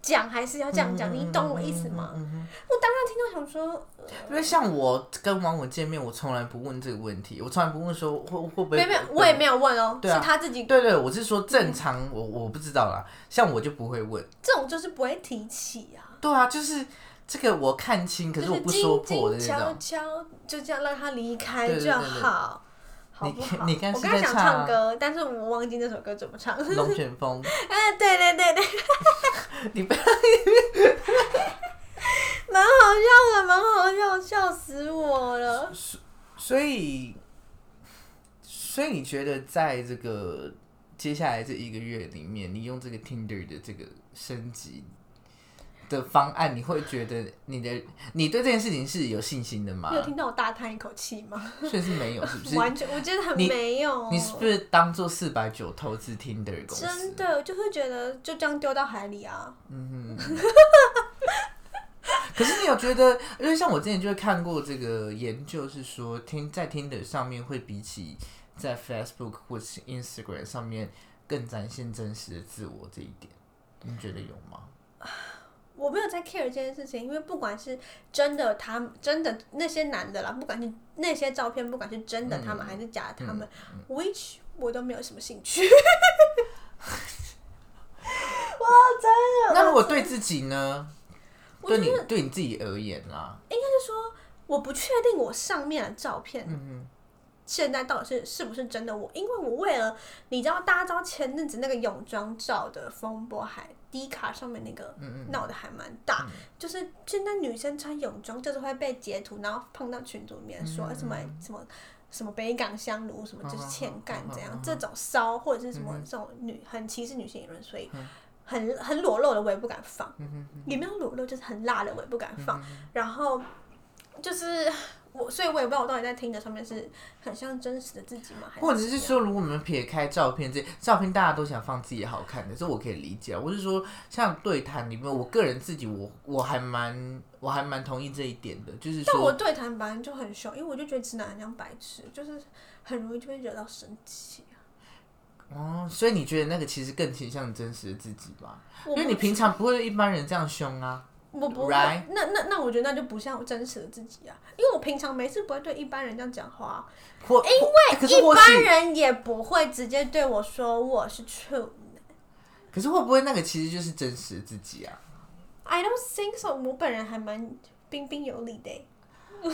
Speaker 1: 讲还是要这样讲，你懂我意思吗？
Speaker 2: 嗯
Speaker 1: 我当下听到想说，
Speaker 2: 因为像我跟网友见面，我从来不问这个问题，我从来不问说会会不会
Speaker 1: 没有没有，我也没有问哦，
Speaker 2: 对啊
Speaker 1: 是他自己
Speaker 2: 对对，我是说正常，我我不知道啦，像我就不会问。
Speaker 1: 这种就是不会提起啊。
Speaker 2: 对啊，就是这个我看清，啊可是我不说破的
Speaker 1: 就是
Speaker 2: 那
Speaker 1: 静静悄
Speaker 2: 种。
Speaker 1: 悄就这样让他离开
Speaker 2: 对对
Speaker 1: 就
Speaker 2: 对对
Speaker 1: 好，好不好？
Speaker 2: 你你刚
Speaker 1: 我
Speaker 2: 是
Speaker 1: 刚才
Speaker 2: 在
Speaker 1: 想
Speaker 2: 唱啊
Speaker 1: 唱歌，但是我忘记那首歌怎么唱。
Speaker 2: 龙卷风，
Speaker 1: 哎，对对对对，
Speaker 2: <laughs> 你不要 <laughs>
Speaker 1: 蛮好笑的，蛮好笑，笑死我了。
Speaker 2: 所以，所以你觉得在这个接下来这一个月里面，你用这个 Tinder 的这个升级的方案，你会觉得你的你对这件事情是有信心的吗
Speaker 1: 你？有听到我大叹一口气吗？
Speaker 2: 确实没有，是不是？
Speaker 1: <laughs> 完全，我觉得很
Speaker 2: 你
Speaker 1: 没有。
Speaker 2: 你是不是当做四百九投资 Tinder 公司？
Speaker 1: 真的就会觉得就这样丢到海里啊？
Speaker 2: 可是你有觉得，因为像我之前就会看过这个研究，是说听在 Tinder 上面会比起在 Facebook 或是 Instagram 上面更展现真实的自我这一点，你觉得有吗？
Speaker 1: 我没有在 care 这件事情，因为不管是真的他们真的那些男的啦，不管是那些照片，不管是真的他
Speaker 2: 嗯
Speaker 1: 们、还是假的他们、w h i c h 我都没有什么兴趣。我真的，
Speaker 2: 那如果对自己呢？
Speaker 1: 啊我
Speaker 2: 对
Speaker 1: 觉
Speaker 2: 你
Speaker 1: 得
Speaker 2: 对你自己而言啊啦，
Speaker 1: 我不确定我上面的照片，
Speaker 2: 嗯
Speaker 1: 现在到底是是不是真的我？因为我为了你知道，大家知道前阵子那个泳装照的风波还，低卡上面那个
Speaker 2: 嗯
Speaker 1: 闹得还蛮大，就是
Speaker 2: 嗯
Speaker 1: 哎现在女生穿泳装就是会被截图，然后碰到群组里面说、什么什么。什么北港香炉，什么就是欠干
Speaker 2: 嗯嗯
Speaker 1: 这
Speaker 2: 嗯
Speaker 1: 样
Speaker 2: 嗯，
Speaker 1: 这种骚或者是什么这种女很歧视女性言论，所以
Speaker 2: 嗯
Speaker 1: 很很裸露的我也不敢放，也没有裸露，就是很辣的我也不敢放。然后就是我，所以我也不知道我到底在听的上面是很像真实的自己吗？还
Speaker 2: 或者是
Speaker 1: 怎么样
Speaker 2: 说，如果我们撇开照片这照片，大家都想放自己好看的，这我可以理解啊。我是说，像对谈里面，我个人自己我我还蛮我还蛮同意这一点的，就是
Speaker 1: 但
Speaker 2: 说
Speaker 1: 我对谈本来就很凶，因为我就觉得直男很像白痴，就是很容易就会惹到生气。啊
Speaker 2: 哦，所以你觉得那个其实更倾向真实的自己吧？
Speaker 1: 我
Speaker 2: 因为
Speaker 1: 不
Speaker 2: 你平常不会一般人这样凶啊。
Speaker 1: 我不会
Speaker 2: Right？
Speaker 1: 那那那我觉得那就不像真实的自己啊，因为我平常没事不会对一般人这样讲话啊、
Speaker 2: 或因为可是
Speaker 1: 一
Speaker 2: 或
Speaker 1: 般
Speaker 2: 许，
Speaker 1: 人也不会直接对我说我是 true。
Speaker 2: 可是会不会那个其实就是真实的自己啊？
Speaker 1: I don't think so。我本人还蛮彬彬有礼的
Speaker 2: <laughs>
Speaker 1: 欸、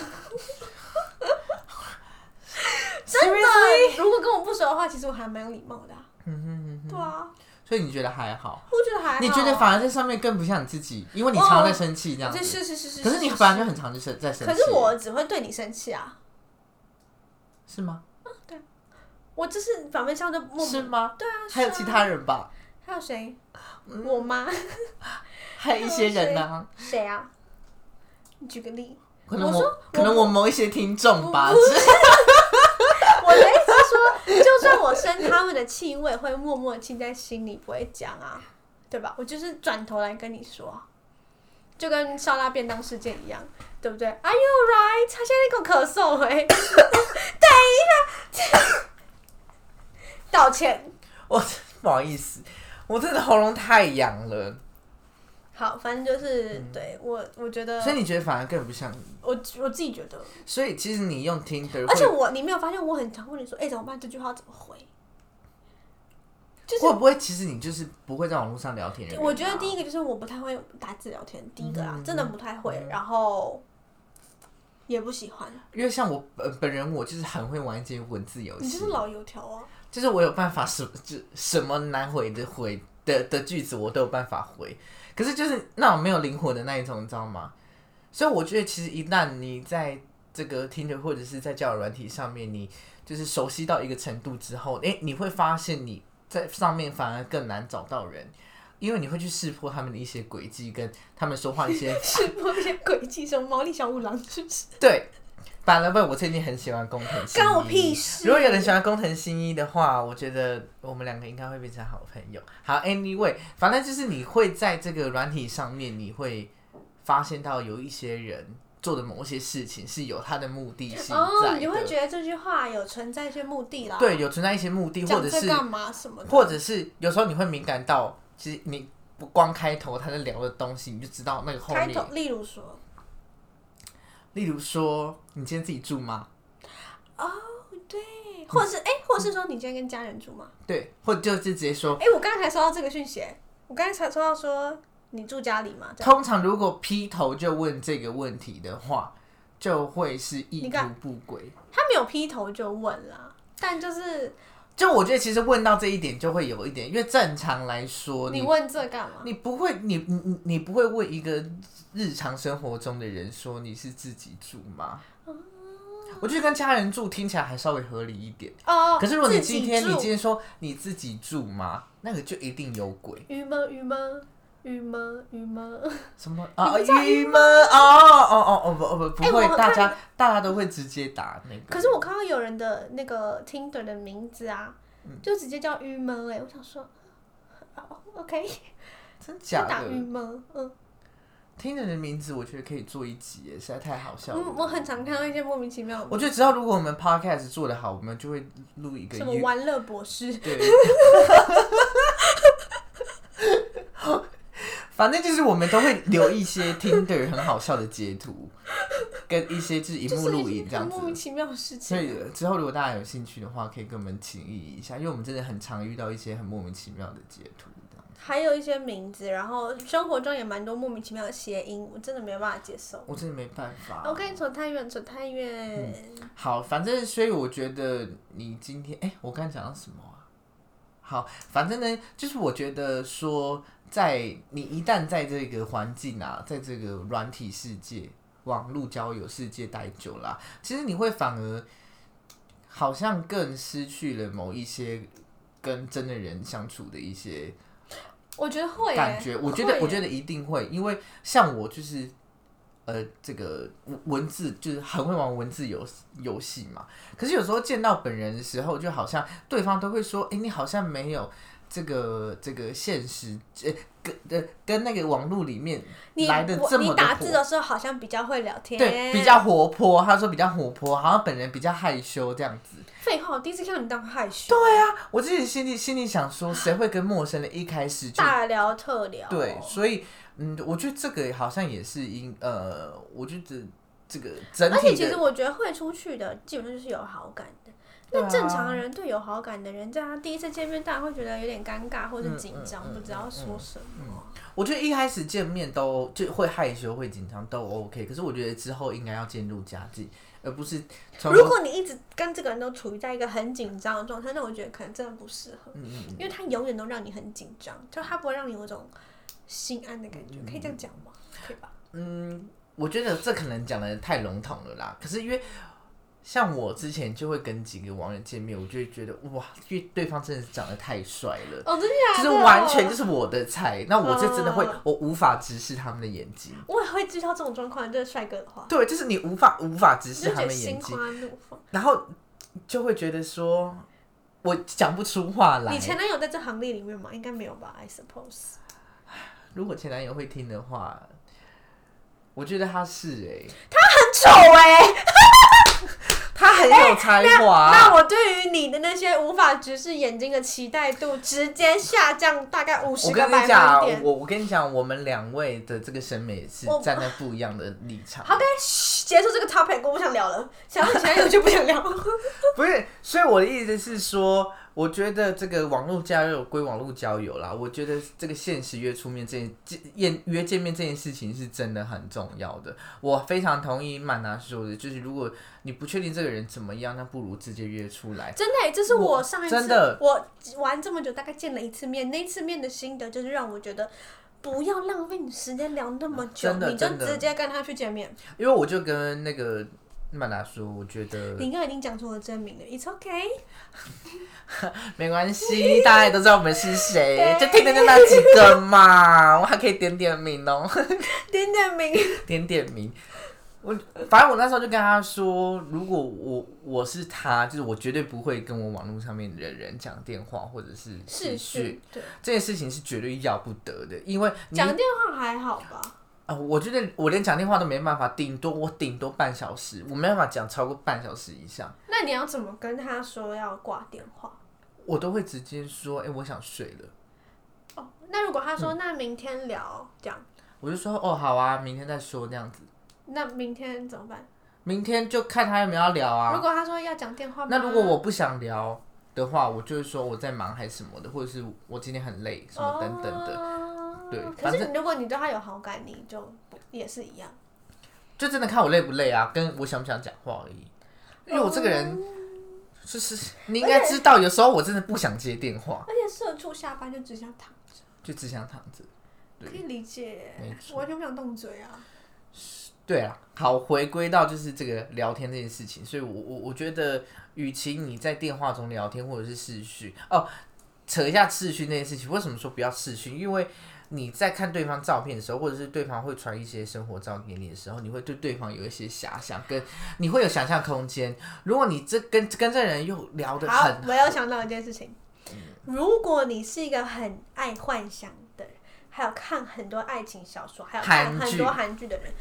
Speaker 2: 真的，
Speaker 1: 如果跟我不熟的话，其实我还蛮有礼貌的、啊。
Speaker 2: 嗯
Speaker 1: 对啊，
Speaker 2: 所以你觉得还好？
Speaker 1: 我觉得还好。啊
Speaker 2: 你觉得反而在上面更不像你自己，因为你常在生气这样
Speaker 1: 这
Speaker 2: 子。
Speaker 1: 是是是哦是，
Speaker 2: 可是你反而就很常就是在生气。
Speaker 1: 可是我只会对你生气啊，
Speaker 2: 是吗？
Speaker 1: 我就是表面上就默
Speaker 2: 是
Speaker 1: 默。
Speaker 2: 吗？
Speaker 1: 对啊，
Speaker 2: 还有
Speaker 1: 是啊
Speaker 2: 其他嗯人吧，
Speaker 1: 还有谁？我妈
Speaker 2: 还有一些人呢、
Speaker 1: 谁啊？你举个例。
Speaker 2: 可能
Speaker 1: 我说
Speaker 2: 我，可能我某一些听众吧，
Speaker 1: 不
Speaker 2: 是
Speaker 1: <laughs> 我的意思说，就算我生他们的气，我也会默默记在心里，不会讲啊，对吧？我就是转头来跟你说，就跟烧腊便当事件一样，对不对？Are you right？他现在给我咳嗽哎、 <laughs> 等一下， <laughs> 道歉。
Speaker 2: <laughs> 我不好意思，我真的喉咙太痒了，
Speaker 1: 好，反正就是、对我，我觉得
Speaker 2: 嗯所以你觉得反而更不像你。
Speaker 1: 我我自己觉得，
Speaker 2: 所以其实你用 Tinder，
Speaker 1: 而且
Speaker 2: 会
Speaker 1: 我你没有发现我很常问你说，哎、怎么办？这句话怎么回？就是
Speaker 2: 会不会其实你就是不会在网络上聊天的人啊？
Speaker 1: 我觉得第一个就是我不太会打字聊天，第一个啊，
Speaker 2: 嗯
Speaker 1: 真的不太会，然后也不喜欢。
Speaker 2: 因为像我本本人，我就是很会玩一些文字游
Speaker 1: 你
Speaker 2: 戏
Speaker 1: 就是，老油条啊！ <laughs>
Speaker 2: 就是我有办法什就什么难回的回的的句子，我都有办法回。可是就是那种没有灵魂的那一种，你知道吗？所以我觉得其实一旦你在这个听着或者是在交友软体上面，你就是熟悉到一个程度之后，诶、你会发现你在上面反而更难找到人，因为你会去识破他们的一些轨迹，跟他们说话一些 <laughs>
Speaker 1: 是不些诡计，什么毛利小五郎是不是？
Speaker 2: 对，反了问我最近很喜欢工藤新一，
Speaker 1: 关我屁事
Speaker 2: 如果有人喜欢工藤新一的话，我觉得我们两个应该会变成好朋友。好，anyway，反正就是你会在这个软体上面，你会发现到有一些人做的某些事情是有他的目的性
Speaker 1: 哦，
Speaker 2: 在
Speaker 1: 你会
Speaker 2: 的，
Speaker 1: 觉得这句话有存在一些目的啦，，
Speaker 2: 对，有存在一些目的，或
Speaker 1: 讲
Speaker 2: 者
Speaker 1: 这
Speaker 2: 是
Speaker 1: 干嘛什么的，
Speaker 2: 或者是有时候你会敏感到，其实你不光开头他在聊的东西，你就知道那个后
Speaker 1: 开
Speaker 2: 面，
Speaker 1: 头，例如说，
Speaker 2: 例如说你今天自己住吗？
Speaker 1: 对，或者是哎，或者是说你今天跟家人住吗？
Speaker 2: 对，或者就就直接说。
Speaker 1: 哎，我刚才收到这个讯息，我刚才才收到说你住家里吗？这样
Speaker 2: 通常如果劈头就问这个问题的话，就会是意
Speaker 1: 你
Speaker 2: 图
Speaker 1: 看
Speaker 2: 不轨。
Speaker 1: 他没有劈头就问啦，但就是
Speaker 2: 就我觉得，其实问到这一点就会有一点，因为正常来说，
Speaker 1: 你
Speaker 2: 你
Speaker 1: 问这干嘛？
Speaker 2: 你不会，你你你你不会问一个日常生活中的人说你是自己住吗？我觉得跟家人住听起来还稍微合理一点。
Speaker 1: 哦，
Speaker 2: 可是如果你
Speaker 1: 自己
Speaker 2: 今天你
Speaker 1: 住
Speaker 2: 今天说你自己住吗，那个就一定有鬼。
Speaker 1: 郁闷郁闷郁闷郁闷。
Speaker 2: 什么啊？郁闷哦哦哦哦不哦不
Speaker 1: 哎
Speaker 2: 不会
Speaker 1: 我，看
Speaker 2: 大家大家都会直接打那个。
Speaker 1: 可是我看到有人的那个 Tinder 的名字啊，
Speaker 2: 嗯
Speaker 1: 就直接叫郁闷哎，我想说。哦 OK，
Speaker 2: 真
Speaker 1: 就
Speaker 2: 假
Speaker 1: 打
Speaker 2: 的
Speaker 1: 郁，闷，嗯
Speaker 2: 听着你的名字，我觉得可以做一集耶，实在太好笑了。
Speaker 1: 嗯，我很常看到一些莫名其妙
Speaker 2: 我
Speaker 1: 的，
Speaker 2: 觉得只要如果我们 podcast 做得好，我们就会录一个
Speaker 1: 什么
Speaker 2: You-
Speaker 1: 玩乐博士，
Speaker 2: 对。 <laughs> 反正就是我们都会留一些 Tinder 很好笑的截图，跟一些就是荧
Speaker 1: 就
Speaker 2: 幕
Speaker 1: 是
Speaker 2: 录
Speaker 1: 一
Speaker 2: 影这
Speaker 1: 些
Speaker 2: 样
Speaker 1: 很莫名
Speaker 2: 子。
Speaker 1: 其妙的事
Speaker 2: 所以
Speaker 1: 情。
Speaker 2: 之后如果大家有兴趣的话，可以跟我们请益一下，因为我们真的很常遇到一些很莫名其妙的截图这样。
Speaker 1: 还有一些名字，然后生活中也蛮多莫名其妙的谐音，我真的没办法接受。
Speaker 2: 我真的没办法。
Speaker 1: OK，扯太远，扯太
Speaker 2: 嗯
Speaker 1: 远。
Speaker 2: 好，反正所以我觉得你今天，哎、我刚才讲到什么啊？好，反正呢，就是我觉得说，在你一旦在这个环境啊，在这个软体世界、网络交友世界待久了啊、其实你会反而好像更失去了某一些跟真的人相处的一些
Speaker 1: 我觉得会耶、欸
Speaker 2: 感觉。我觉得，我觉
Speaker 1: 得
Speaker 2: 得一定会，因为像我就是，呃，这个文文字就是很会玩文字游游戏嘛。可是有时候见到本人的时候，就好像对方都会说：“诶，你好像没有这个这个现实，呃，跟呃跟那个网络里面
Speaker 1: 你
Speaker 2: 来得
Speaker 1: 我
Speaker 2: 这么
Speaker 1: 你
Speaker 2: 的
Speaker 1: 打
Speaker 2: 火
Speaker 1: 字的时候好像比较会聊天，
Speaker 2: 对比较活泼。”他说比较活泼，好像本人比较害羞这样子。
Speaker 1: 废话。我第一次看到你当害羞，
Speaker 2: 我自己心里心里想说，谁会跟陌生人一开始就
Speaker 1: 大聊特聊，哦
Speaker 2: 对？所以，嗯，我觉得这个好像也是因呃，我觉得这个整
Speaker 1: 而且
Speaker 2: 体
Speaker 1: 其实
Speaker 2: 的，
Speaker 1: 我觉得会出去的基本上就是有好感的。
Speaker 2: 对
Speaker 1: 那
Speaker 2: 啊
Speaker 1: 正常人对有好感的人，在他第一次见面，当然会觉得有点尴尬或者
Speaker 2: 嗯
Speaker 1: 紧
Speaker 2: 嗯
Speaker 1: 张，
Speaker 2: 嗯
Speaker 1: 不知道说什么。
Speaker 2: 我觉得一开始见面都就会害羞、会紧张都 OK。可是我觉得之后应该要渐入佳境，而不是从
Speaker 1: 如果你一直跟这个人都处于在一个很紧张的状态，那我觉得可能真的不适合，
Speaker 2: 嗯嗯嗯
Speaker 1: 因为他永远都让你很紧张，就他不会让你有一种心安的感觉，可以这样讲吗？可以吧？
Speaker 2: 嗯，我觉得这可能讲的太笼统了啦。可是因为像我之前就会跟几个网友见面，我就会觉得哇，因为对方真的是长得太帅了。
Speaker 1: 哦，真的
Speaker 2: 就
Speaker 1: 假
Speaker 2: 是
Speaker 1: 的？
Speaker 2: 完全就是我的菜，那我就真的会
Speaker 1: 嗯，
Speaker 2: 我无法直视他们的眼睛。
Speaker 1: 我也会知道这种状况，就是帅哥的话，
Speaker 2: 对，就是你无法无法直
Speaker 1: 就
Speaker 2: 视
Speaker 1: 觉
Speaker 2: 他
Speaker 1: 得
Speaker 2: 们
Speaker 1: 心
Speaker 2: 眼睛，
Speaker 1: 花怒放。
Speaker 2: 然后就会觉得说，我讲不出话来
Speaker 1: 你。前男友在这行列里面吗？应该没有吧？I suppose。
Speaker 2: 如果前男友会听的话，我觉得他是哎、
Speaker 1: 很丑哎、
Speaker 2: 他很有才华。
Speaker 1: 那我对于你的那些无法直视眼睛的期待度，直接下降大概五十
Speaker 2: 我
Speaker 1: 个
Speaker 2: 跟
Speaker 1: 百
Speaker 2: 你
Speaker 1: 分
Speaker 2: 讲，
Speaker 1: 点。
Speaker 2: 我我跟你讲，我们两位的这个审美是
Speaker 1: 我
Speaker 2: 站在不一样的立场。
Speaker 1: 好，该结束这个 topic，我不想聊了。想到前男友就不想聊。
Speaker 2: <laughs> 不是，所以我的意思是说，我觉得这个网络交友归网络交友啦，我觉得这个现实约出面这件见见约见面这件事情是真的很重要的。我非常同意曼娜说的，就是如果你不确定这个人怎么样，那不如直接约出来。
Speaker 1: 真的欸、这是我上一次
Speaker 2: 真的
Speaker 1: 我玩这么久，大概见了一次面，那一次面的心得就是让我觉得。不要浪费你时间聊那么久，
Speaker 2: 真的
Speaker 1: 你就
Speaker 2: 真的
Speaker 1: 直接跟他去见面。
Speaker 2: 因为我就跟那个曼娜说，我觉得
Speaker 1: 你刚刚已经讲出我的真名了，It's okay。 <laughs>
Speaker 2: 没关系，大家也都知道我们是谁，
Speaker 1: 对
Speaker 2: 就听的就那几个嘛，我还可以点点名哦。
Speaker 1: 点点名，
Speaker 2: 点点名。我反正我那时候就跟他说，如果我我是他，就是我绝对不会跟我网络上面的人讲电话或者是
Speaker 1: 是
Speaker 2: 视讯，
Speaker 1: 是，对，
Speaker 2: 这件事情是绝对要不得的，因为你
Speaker 1: 讲
Speaker 2: 啊、
Speaker 1: 电话还好吧？
Speaker 2: 我觉得我连讲电话都没办法，顶多我顶多半小时，我没办法讲超过半小时以上，
Speaker 1: 那你要怎么跟他说要挂电话？
Speaker 2: 我都会直接说，哎、我想睡了，
Speaker 1: 哦，那如果他
Speaker 2: 嗯
Speaker 1: 说、那明天聊这样，
Speaker 2: 我就说哦好啊，明天再说那样子，
Speaker 1: 那明天怎么办？
Speaker 2: 明天就看他有没有要聊啊。
Speaker 1: 如果他说要讲电话吗，
Speaker 2: 那如果我不想聊的话，我就会说我在忙还是什么的，或者是我今天很累什么等等的，
Speaker 1: 哦
Speaker 2: 对
Speaker 1: 可
Speaker 2: 反
Speaker 1: 是如果你对他有好感，你就不也是一样。
Speaker 2: 就真的看我累不累啊，跟我想不想讲话而已。因为我这个人
Speaker 1: 哦
Speaker 2: 就是你应该知道，有时候我真的不想接电话，
Speaker 1: 而且社畜下班就只想躺着，
Speaker 2: 就只想躺着。对
Speaker 1: 可以理解
Speaker 2: 没。
Speaker 1: 我完全不想动嘴啊。
Speaker 2: 对啊，好，回归到就是这个聊天这件事情，所以我我我觉得，与其你在电话中聊天或者是视讯哦，扯一下视讯那件事情，为什么说不要视讯？因为你在看对方照片的时候，或者是对方会传一些生活照给你的时候，你会对对方有一些遐想，跟你会有想象空间。如果你这跟跟这人又聊得
Speaker 1: 好
Speaker 2: 很，嗯
Speaker 1: 我又想到一件事情，如果你是一个很爱幻想的人，还有看很多爱情小说，还有看
Speaker 2: 韩
Speaker 1: 很
Speaker 2: 剧嗯
Speaker 1: 多韩剧的人，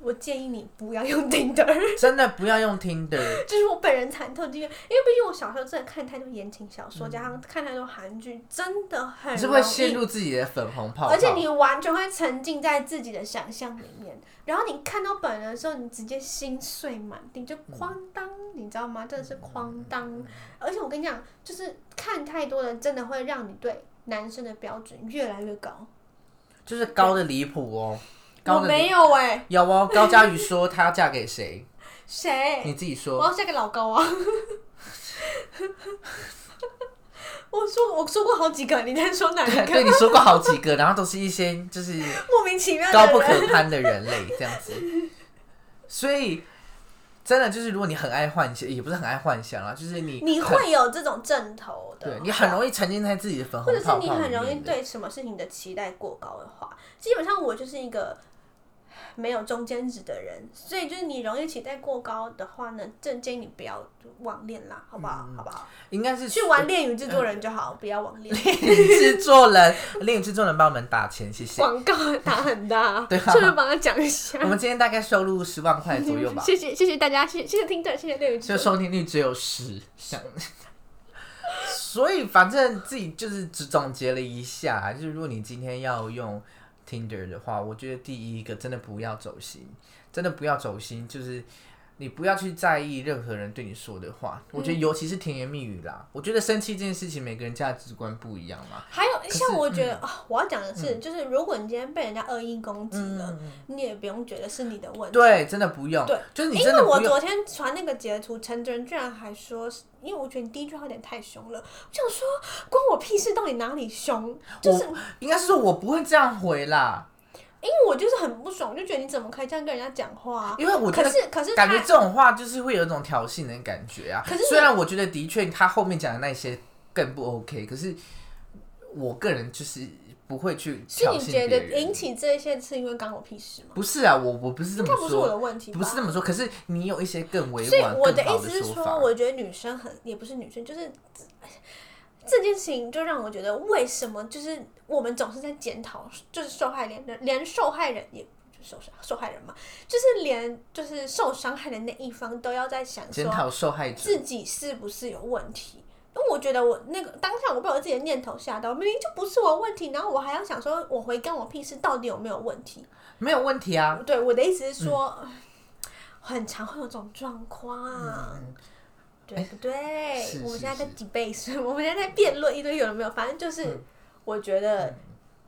Speaker 1: 我建议你不要用 <laughs> Tinder。
Speaker 2: 真的不要用听的，
Speaker 1: 这是我本人惨痛经验，因为毕竟我小时候真的看太多言情小说，加上看太多韩剧，真的很
Speaker 2: 嗯你是不
Speaker 1: 容
Speaker 2: 是会
Speaker 1: 易
Speaker 2: 陷入自己的粉红泡泡？
Speaker 1: 嗯而且你完全会沉浸在自己的想象里面，然后你看到本人的时候，你直接心碎满地，就哐当，你知道
Speaker 2: 嗯
Speaker 1: 吗？真的是哐当。而且我跟你讲，就是看太多了，真的会让你对男生的标准越来越高。
Speaker 2: 就是高的离谱哦，
Speaker 1: 我
Speaker 2: 高的离
Speaker 1: 没有哎、
Speaker 2: 有哦。高佳瑜说她要嫁给谁？
Speaker 1: 谁？
Speaker 2: 你自己
Speaker 1: 哎我
Speaker 2: 说，
Speaker 1: 要嫁给老高啊！ <laughs> 我说我说过好几个，你在说哪一
Speaker 2: 对，
Speaker 1: 个？
Speaker 2: 对你说过好几个，然后都是一些就是
Speaker 1: 莫名其妙的
Speaker 2: 高
Speaker 1: 人 <laughs>
Speaker 2: 不可攀的人类这样子，所以真的就是如果你很爱幻想，也不是很爱幻想啦，就是你
Speaker 1: 你
Speaker 2: 很
Speaker 1: 会有这种阵头的，
Speaker 2: 对你很容易沉浸在自己的粉
Speaker 1: 或
Speaker 2: 红
Speaker 1: 者
Speaker 2: 泡
Speaker 1: 是
Speaker 2: 泡
Speaker 1: 你很
Speaker 2: 里
Speaker 1: 容易
Speaker 2: 面的
Speaker 1: 对什么事情的期待过高的话，基本上我就是一个没有中间值的人，所以就是你容易期待过高的话呢，正建议你不要网恋啦，好不好？好不好？
Speaker 2: 应嗯该是 <laughs> 嗯
Speaker 1: 去玩恋与制作人就好，不要网恋。
Speaker 2: 制作人，另有制作人帮我们打钱，谢谢。
Speaker 1: 广告打很大，
Speaker 2: <laughs> 对啊
Speaker 1: 顺便帮他讲
Speaker 2: <laughs>
Speaker 1: 一下
Speaker 2: 我。们今天大概收入十万块左右吧，
Speaker 1: 谢谢谢谢大家，谢谢谢谢听众，谢谢恋与制
Speaker 2: 就
Speaker 1: 作人。
Speaker 2: 收听率只有十，想。 <laughs> 所以反正自己就是只总结了一下，啊就是如果你今天要用 Tinder 的话，我觉得第一个真的不要走心，真的不要走心，就是你不要去在意任何人对你说的
Speaker 1: 嗯
Speaker 2: 话。我觉得尤其是甜言蜜语啦，我觉得生气这件事情每个人价值观不一样嘛。
Speaker 1: 还有像我
Speaker 2: 嗯
Speaker 1: 觉得啊、我要讲的是，就是如果你今天被人家恶意攻击了，你也不用觉得是你的问
Speaker 2: 嗯
Speaker 1: 题。
Speaker 2: 对，真的不用。
Speaker 1: 嗯对，
Speaker 2: 就是你
Speaker 1: 因
Speaker 2: 真
Speaker 1: 为
Speaker 2: 的不
Speaker 1: 我
Speaker 2: 用。
Speaker 1: 昨天传那个截图，陈哲仁居然还说是，因为我觉得你第一句话有点太凶了，我想说关我屁事，到底哪里凶？就是
Speaker 2: 我应该是说我不会这样回啦，
Speaker 1: 因为我就是很不爽，我就觉得你怎么可以这样跟人家讲话、啊？
Speaker 2: 因为我觉
Speaker 1: 可
Speaker 2: 得
Speaker 1: 是可是他
Speaker 2: 感觉这种话就是会有一种挑衅的感觉啊。
Speaker 1: 可是
Speaker 2: 虽然我觉得的确他后面讲的那些更不 OK，可是我个人就是不会去
Speaker 1: 是
Speaker 2: 挑
Speaker 1: 你
Speaker 2: 衅
Speaker 1: 觉
Speaker 2: 别
Speaker 1: 得引
Speaker 2: 人。
Speaker 1: 起这些是因为关我屁事吗？
Speaker 2: 不是啊，我我不是这
Speaker 1: 应
Speaker 2: 么
Speaker 1: 该不是我的
Speaker 2: 说，
Speaker 1: 问题吧？
Speaker 2: 不是这么说。可是你有一些更委
Speaker 1: 所以
Speaker 2: 婉、
Speaker 1: 我
Speaker 2: 更
Speaker 1: 意
Speaker 2: 好
Speaker 1: 思是
Speaker 2: 说
Speaker 1: 说，
Speaker 2: 法。
Speaker 1: 我觉得女生很也不是女生，就是哎这件事情就让我觉得，为什么就是我们总是在检讨，就是受害人，连受害人也就受伤，受害人嘛，就是连就是受伤害的那一方都要在想
Speaker 2: 检
Speaker 1: 说
Speaker 2: 讨受害者，
Speaker 1: 自己是不是有问题。因为我觉得我那个当下我被我自己的念头吓到，明明就不是我的问题，然后我还要想说我回干我屁事到底有没有问题？
Speaker 2: 没有问题啊。
Speaker 1: 对，我的意思是说，很常会有这种状况，对不
Speaker 2: 嗯
Speaker 1: 对？
Speaker 2: 哎是
Speaker 1: 我们
Speaker 2: 是
Speaker 1: 现在在
Speaker 2: 是嗯
Speaker 1: debate，我们现在在辩论一堆有的没有，反正就是、我觉得。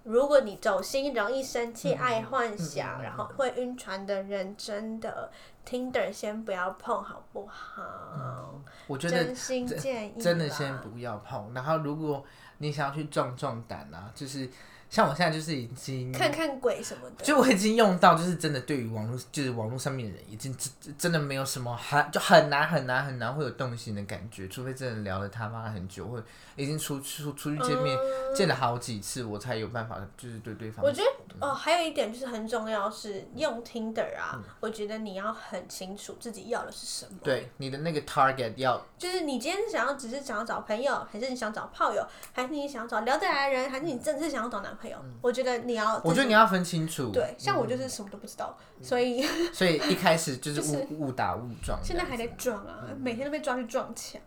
Speaker 1: 如果你走心、容易生
Speaker 2: 嗯
Speaker 1: 气、爱幻想，然后会晕船的人，真的 Tinder 先不要碰，好不好？
Speaker 2: 我觉得
Speaker 1: 真心建议啦，
Speaker 2: 嗯真的先不要碰。然后如果你想要去壮壮胆啊，就是像我现在就是已经
Speaker 1: 看看鬼什么的。
Speaker 2: 就我已经用到，就是真的对于网络，就是网络上面的人，已经真真真的没有什么很就很难很难很难会有动心的感觉，除非真的聊了他妈很久，或者已经出出出去见面、见了好几次，我才有办法就是对对方
Speaker 1: 嗯我。觉得哦，还有一点就是很重要是用 Tinder 啊，我觉得你要很清楚自己要的是什么。
Speaker 2: 嗯对你的那个 target 要
Speaker 1: 就是你今天是想要只是想要找朋友，还是你想找炮友，还是你想要找聊得来的人，还是你真的是想要找男朋友？我觉得你要自
Speaker 2: 嗯
Speaker 1: 己，
Speaker 2: 我觉得你嗯要分清楚，
Speaker 1: 对，像我就是什么都不知道，所以
Speaker 2: 所以一开始就是
Speaker 1: 就
Speaker 2: 误误打误撞这样子，
Speaker 1: 现在还在撞啊，
Speaker 2: 嗯
Speaker 1: 每天都被抓去撞墙。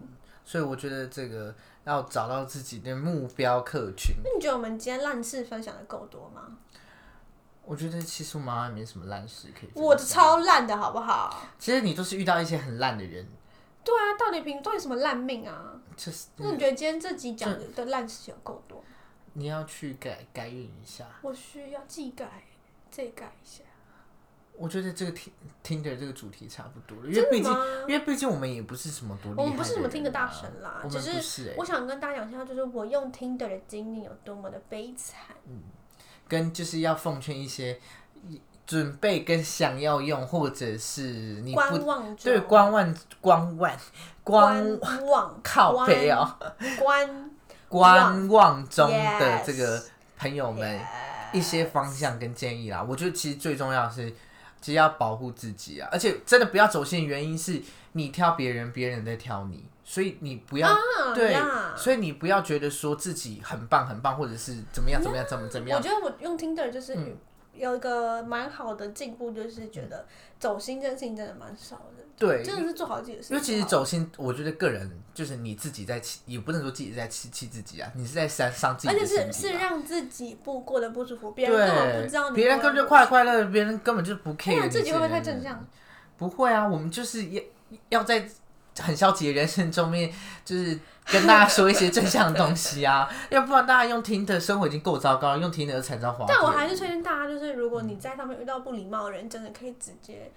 Speaker 2: 所以我觉得这个要找到自己的目标客群，
Speaker 1: 那你觉得我们今天烂事分享的够多吗？
Speaker 2: 我觉得其实我们好像没什么烂事可以分享。
Speaker 1: 我的超烂的好不好？
Speaker 2: 其实你都是遇到一些很烂的人，
Speaker 1: 对啊，到底凭到底什么烂命啊？
Speaker 2: 就是
Speaker 1: 那你觉得今天这集讲的的烂事有够多？
Speaker 2: 你要去改改运一下。
Speaker 1: 我需要技改，这改一下。
Speaker 2: 我觉得这个听 Tinder 这个主题差不多了，因为
Speaker 1: 真的
Speaker 2: 毕竟
Speaker 1: 吗
Speaker 2: 因为毕竟我们也不是什么多厉害的人啊、
Speaker 1: 我们不是什么 Tinder 大神啦
Speaker 2: 我们
Speaker 1: 只是
Speaker 2: 不是、欸、
Speaker 1: 我想跟大家讲一下，就是我用 Tinder 的经历有多么的悲惨。
Speaker 2: 跟就是要奉劝一些准备跟想要用，或者是你不
Speaker 1: 观望中，
Speaker 2: 对观望观望观
Speaker 1: 观望
Speaker 2: 靠背哦，
Speaker 1: 观
Speaker 2: 观望中的
Speaker 1: Yes
Speaker 2: 这个朋友们一些方向跟建议啦。我觉得其实最重要的是，其实要保护自己啊，而且真的不要走心。原因是你挑别人，别人在挑你，所以你不要、
Speaker 1: 啊
Speaker 2: 对
Speaker 1: 呀
Speaker 2: 所以你不要觉得说自己很棒很棒，或者是怎么样怎么样怎么怎么
Speaker 1: 我
Speaker 2: 样。嗯
Speaker 1: 觉得我用 Tinder 就是有一个蛮好的进步，就是觉得走心这件事情真的蛮少的，
Speaker 2: 对，
Speaker 1: 真的是做啊好自己的事情。
Speaker 2: 因为其实走心，我觉得个人就是你自己在气，也不能说自己在气气自己啊，你是在伤伤自
Speaker 1: 而
Speaker 2: 己的
Speaker 1: 且
Speaker 2: 身体啊、
Speaker 1: 是是让自己不过得不舒服，别人根本不知道
Speaker 2: 对，
Speaker 1: 你。
Speaker 2: 别人根本就快快乐乐，别人根本就不 care
Speaker 1: 哎
Speaker 2: 你这个
Speaker 1: 呀
Speaker 2: 人。
Speaker 1: 自己会不会太正向？
Speaker 2: 不会啊，我们就是要要在很消极的人生中面，就是跟大家说一些正向的东西啊， <laughs> 要不然大家用听的生活已经够糟糕了，用听的惨遭滑。
Speaker 1: 但我还是推荐大家，就是如果你在上面遇到不礼貌的人，真的可以直接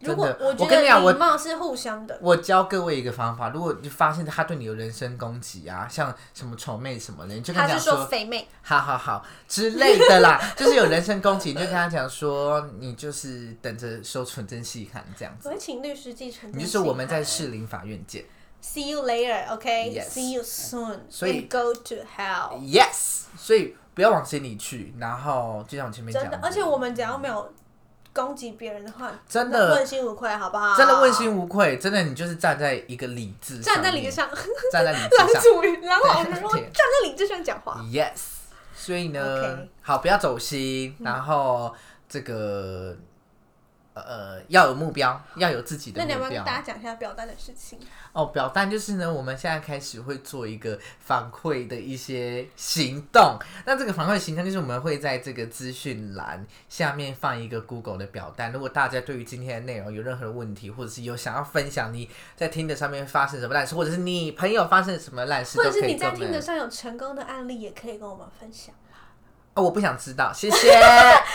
Speaker 1: 如
Speaker 2: 真
Speaker 1: 果
Speaker 2: 的
Speaker 1: 我觉
Speaker 2: 我跟你讲我
Speaker 1: 得礼貌是互相的，
Speaker 2: 我教各位一个方法，如果你发现他对你有人身攻击啊，像什么丑妹什么的，你就跟
Speaker 1: 他
Speaker 2: 讲
Speaker 1: 是说肥妹，
Speaker 2: 好好好之类的啦， <laughs> 就是有人身攻击，你就跟他讲说，你就是等着收纯真细看这样子，
Speaker 1: 我会请律师继承。
Speaker 2: 你就说我们在士林法院见。
Speaker 1: See you later, OK?
Speaker 2: Yes.
Speaker 1: See you soon.
Speaker 2: 所以
Speaker 1: and go to hell.
Speaker 2: Yes，所以不要往心里去，然后就像我前面讲
Speaker 1: 真的，而且我们只要没有攻击别人的话，
Speaker 2: 真的
Speaker 1: 问心无愧，好不好？
Speaker 2: 真的问心无愧，真的你就是站在一个理智上面，
Speaker 1: 站在理智上， <laughs>
Speaker 2: 站在理
Speaker 1: 狼
Speaker 2: 智上
Speaker 1: 主狼
Speaker 2: <laughs>
Speaker 1: 老师说
Speaker 2: 对
Speaker 1: 站在理智上讲话。
Speaker 2: ，Yes，所以呢
Speaker 1: OK
Speaker 2: 好，不要走心，然后这个呃要有目标，要有自己的
Speaker 1: 那
Speaker 2: 目
Speaker 1: 你要不
Speaker 2: 标。
Speaker 1: 要跟大家讲一下表单的事情？
Speaker 2: 哦，表单就是呢，我们现在开始会做一个反馈的一些行动。那这个反馈行动就是我们会在这个资讯栏下面放一个 Google 的表单。如果大家对于今天的内容有任何问题，或者是有想要分享你在听的上面发生什么烂事，或者是你朋友发生什么烂事，
Speaker 1: 或
Speaker 2: 都
Speaker 1: 者是
Speaker 2: 可以
Speaker 1: 你
Speaker 2: 跟
Speaker 1: 在
Speaker 2: 我
Speaker 1: 听的
Speaker 2: 们。
Speaker 1: 上有成功的案例，也可以跟我们分享。
Speaker 2: 哦，我不想知道，谢谢。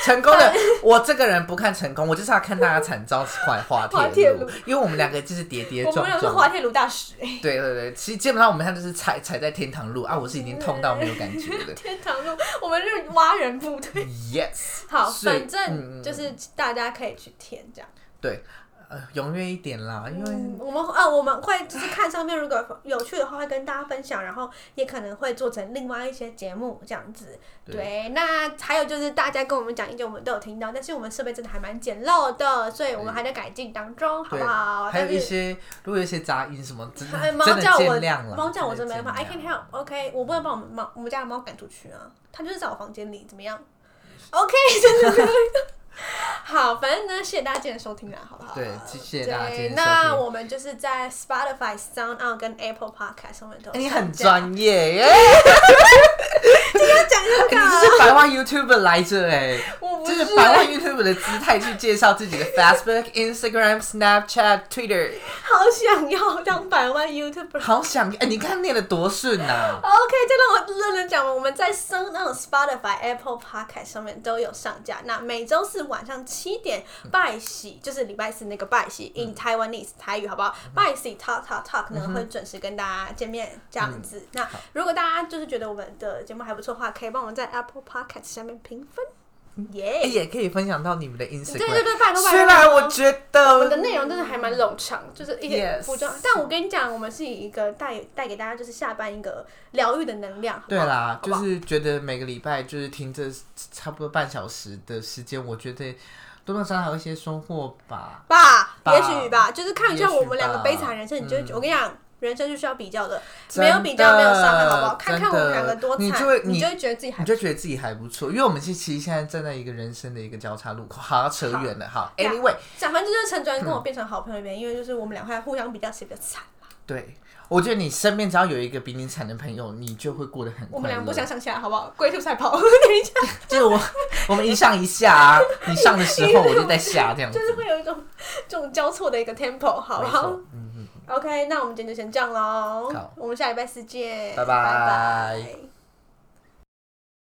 Speaker 2: 成功的，我这个人不看成功，我就是要看大家惨遭坏滑
Speaker 1: <laughs>
Speaker 2: 铁
Speaker 1: 滑铁
Speaker 2: 卢
Speaker 1: 卢，
Speaker 2: 因为我们两个就是跌跌
Speaker 1: 我
Speaker 2: 撞
Speaker 1: 们
Speaker 2: 撞。
Speaker 1: 俩是滑铁卢大使，。
Speaker 2: 对对对，其实基本上我们现在就是踩踩在天堂路啊，我是已经痛到没有感觉的
Speaker 1: <laughs> 天堂路，我们是挖人部队。
Speaker 2: yes，
Speaker 1: 好，
Speaker 2: 所以嗯
Speaker 1: 反正
Speaker 2: 嗯
Speaker 1: 就是大家可以去填这样。
Speaker 2: 对，呃，踊跃一点啦，因为、
Speaker 1: 嗯，我们啊，我们会就是看上面，如果有趣的话会跟大家分享，然后也可能会做成另外一些节目这样子。
Speaker 2: 对
Speaker 1: 对，那还有就是大家跟我们讲意见，我们都有听到，但是我们设备真的还蛮简陋的，所以我们还在改进当中，好
Speaker 2: 对
Speaker 1: 不好？
Speaker 2: 还有
Speaker 1: 但
Speaker 2: 一
Speaker 1: 是。
Speaker 2: 些如果有一些杂音什么，真的
Speaker 1: 哎，猫
Speaker 2: 真的
Speaker 1: 叫
Speaker 2: 见
Speaker 1: 我
Speaker 2: 谅，了。
Speaker 1: 猫叫我真的没办法
Speaker 2: 见
Speaker 1: ，I
Speaker 2: 谅
Speaker 1: can help。OK，我不能把我们猫我们家的猫赶出去啊，它就是在我房间里，怎么样？OK，真 <laughs> 的。好，反正呢，谢谢大家今天的收听啊，好不好？
Speaker 2: 对谢谢大家今天的收听
Speaker 1: 对那我们就是在 Spotify、Sound On 跟 Apple Podcast 上面都有
Speaker 2: 哎
Speaker 1: 上架。
Speaker 2: 你很专业耶，
Speaker 1: 要讲
Speaker 2: 你
Speaker 1: 这个啊
Speaker 2: 这，是百万 YouTuber 来着哎，
Speaker 1: 我不
Speaker 2: 这
Speaker 1: 是
Speaker 2: 是百万 YouTuber 的姿态去介绍自
Speaker 1: <laughs>
Speaker 2: 己的 Facebook、Instagram、Snapchat、Twitter，
Speaker 1: 好想要当百万 YouTuber。
Speaker 2: 好想哎，你看念的多顺啊呐、
Speaker 1: OK，再让我认真讲完。我们在 Sound、Spotify、Apple Podcast 上面都有上架。那每周四晚上七点，拜
Speaker 2: 嗯
Speaker 1: 喜就是礼拜四那个拜喜、in Taiwanese 台语，好不好？拜喜 Talk Talk Talk
Speaker 2: 嗯
Speaker 1: 呢、会准时跟大家见面，这样子。那如果大家就是觉得我们的节目还不错的话，可以帮我们在 Apple Podcast 下面评分，耶、
Speaker 2: 哎也可以分享到你们的 Instagram。
Speaker 1: 对对对，拜托拜托。
Speaker 2: 虽
Speaker 1: 拜
Speaker 2: 然
Speaker 1: 托
Speaker 2: 我觉
Speaker 1: 我们的
Speaker 2: 得
Speaker 1: 内容真的还蛮冗长，就是一点
Speaker 2: Yes
Speaker 1: 服装。但我跟你讲，我们是以一个带带给大家就是下班一个疗愈的能量，好不
Speaker 2: 对
Speaker 1: 好
Speaker 2: 啦
Speaker 1: 好，不
Speaker 2: 就
Speaker 1: 好
Speaker 2: 是觉得每个礼拜就是听这差不多半小时的时间，我觉得多多少少有一些收获吧。
Speaker 1: 吧，
Speaker 2: 吧
Speaker 1: 也许吧，就是看一
Speaker 2: 也
Speaker 1: 下
Speaker 2: 许
Speaker 1: 我们两个
Speaker 2: 吧
Speaker 1: 悲惨人生，你就会觉得我跟你讲，人生就是要比较的，
Speaker 2: 真
Speaker 1: 没
Speaker 2: 的
Speaker 1: 有比较没有伤害，好不好？看看
Speaker 2: 真的
Speaker 1: 我们两个多惨，
Speaker 2: 你就会你
Speaker 1: 就会觉得自己还
Speaker 2: 你就觉得自己还不错，因为我们其其实现在站在一个人生的一个交叉路口，好扯远了。好
Speaker 1: 呀
Speaker 2: ，Anyway，
Speaker 1: 讲，反正就是陈
Speaker 2: 嗯
Speaker 1: 专跟我变成好朋友的原因，因为就是我们两个还互相比较谁比较惨。
Speaker 2: 对，我觉得你身边只要有一个比你惨的朋友，你就会过得很快乐。
Speaker 1: 我们俩不相上下，好不好？龟兔赛跑，等一下，
Speaker 2: 就是我 <laughs> 我们一上一下啊，你上的时候我就在下这样子
Speaker 1: <laughs> <laughs> 就。是会有一种这种交错的一个 tempo，好不
Speaker 2: 没
Speaker 1: 好
Speaker 2: 错，嗯嗯。
Speaker 1: ？OK，那我们今天就先这样喽
Speaker 2: 好，
Speaker 1: 我们下礼拜四见，
Speaker 2: 拜拜
Speaker 1: 拜拜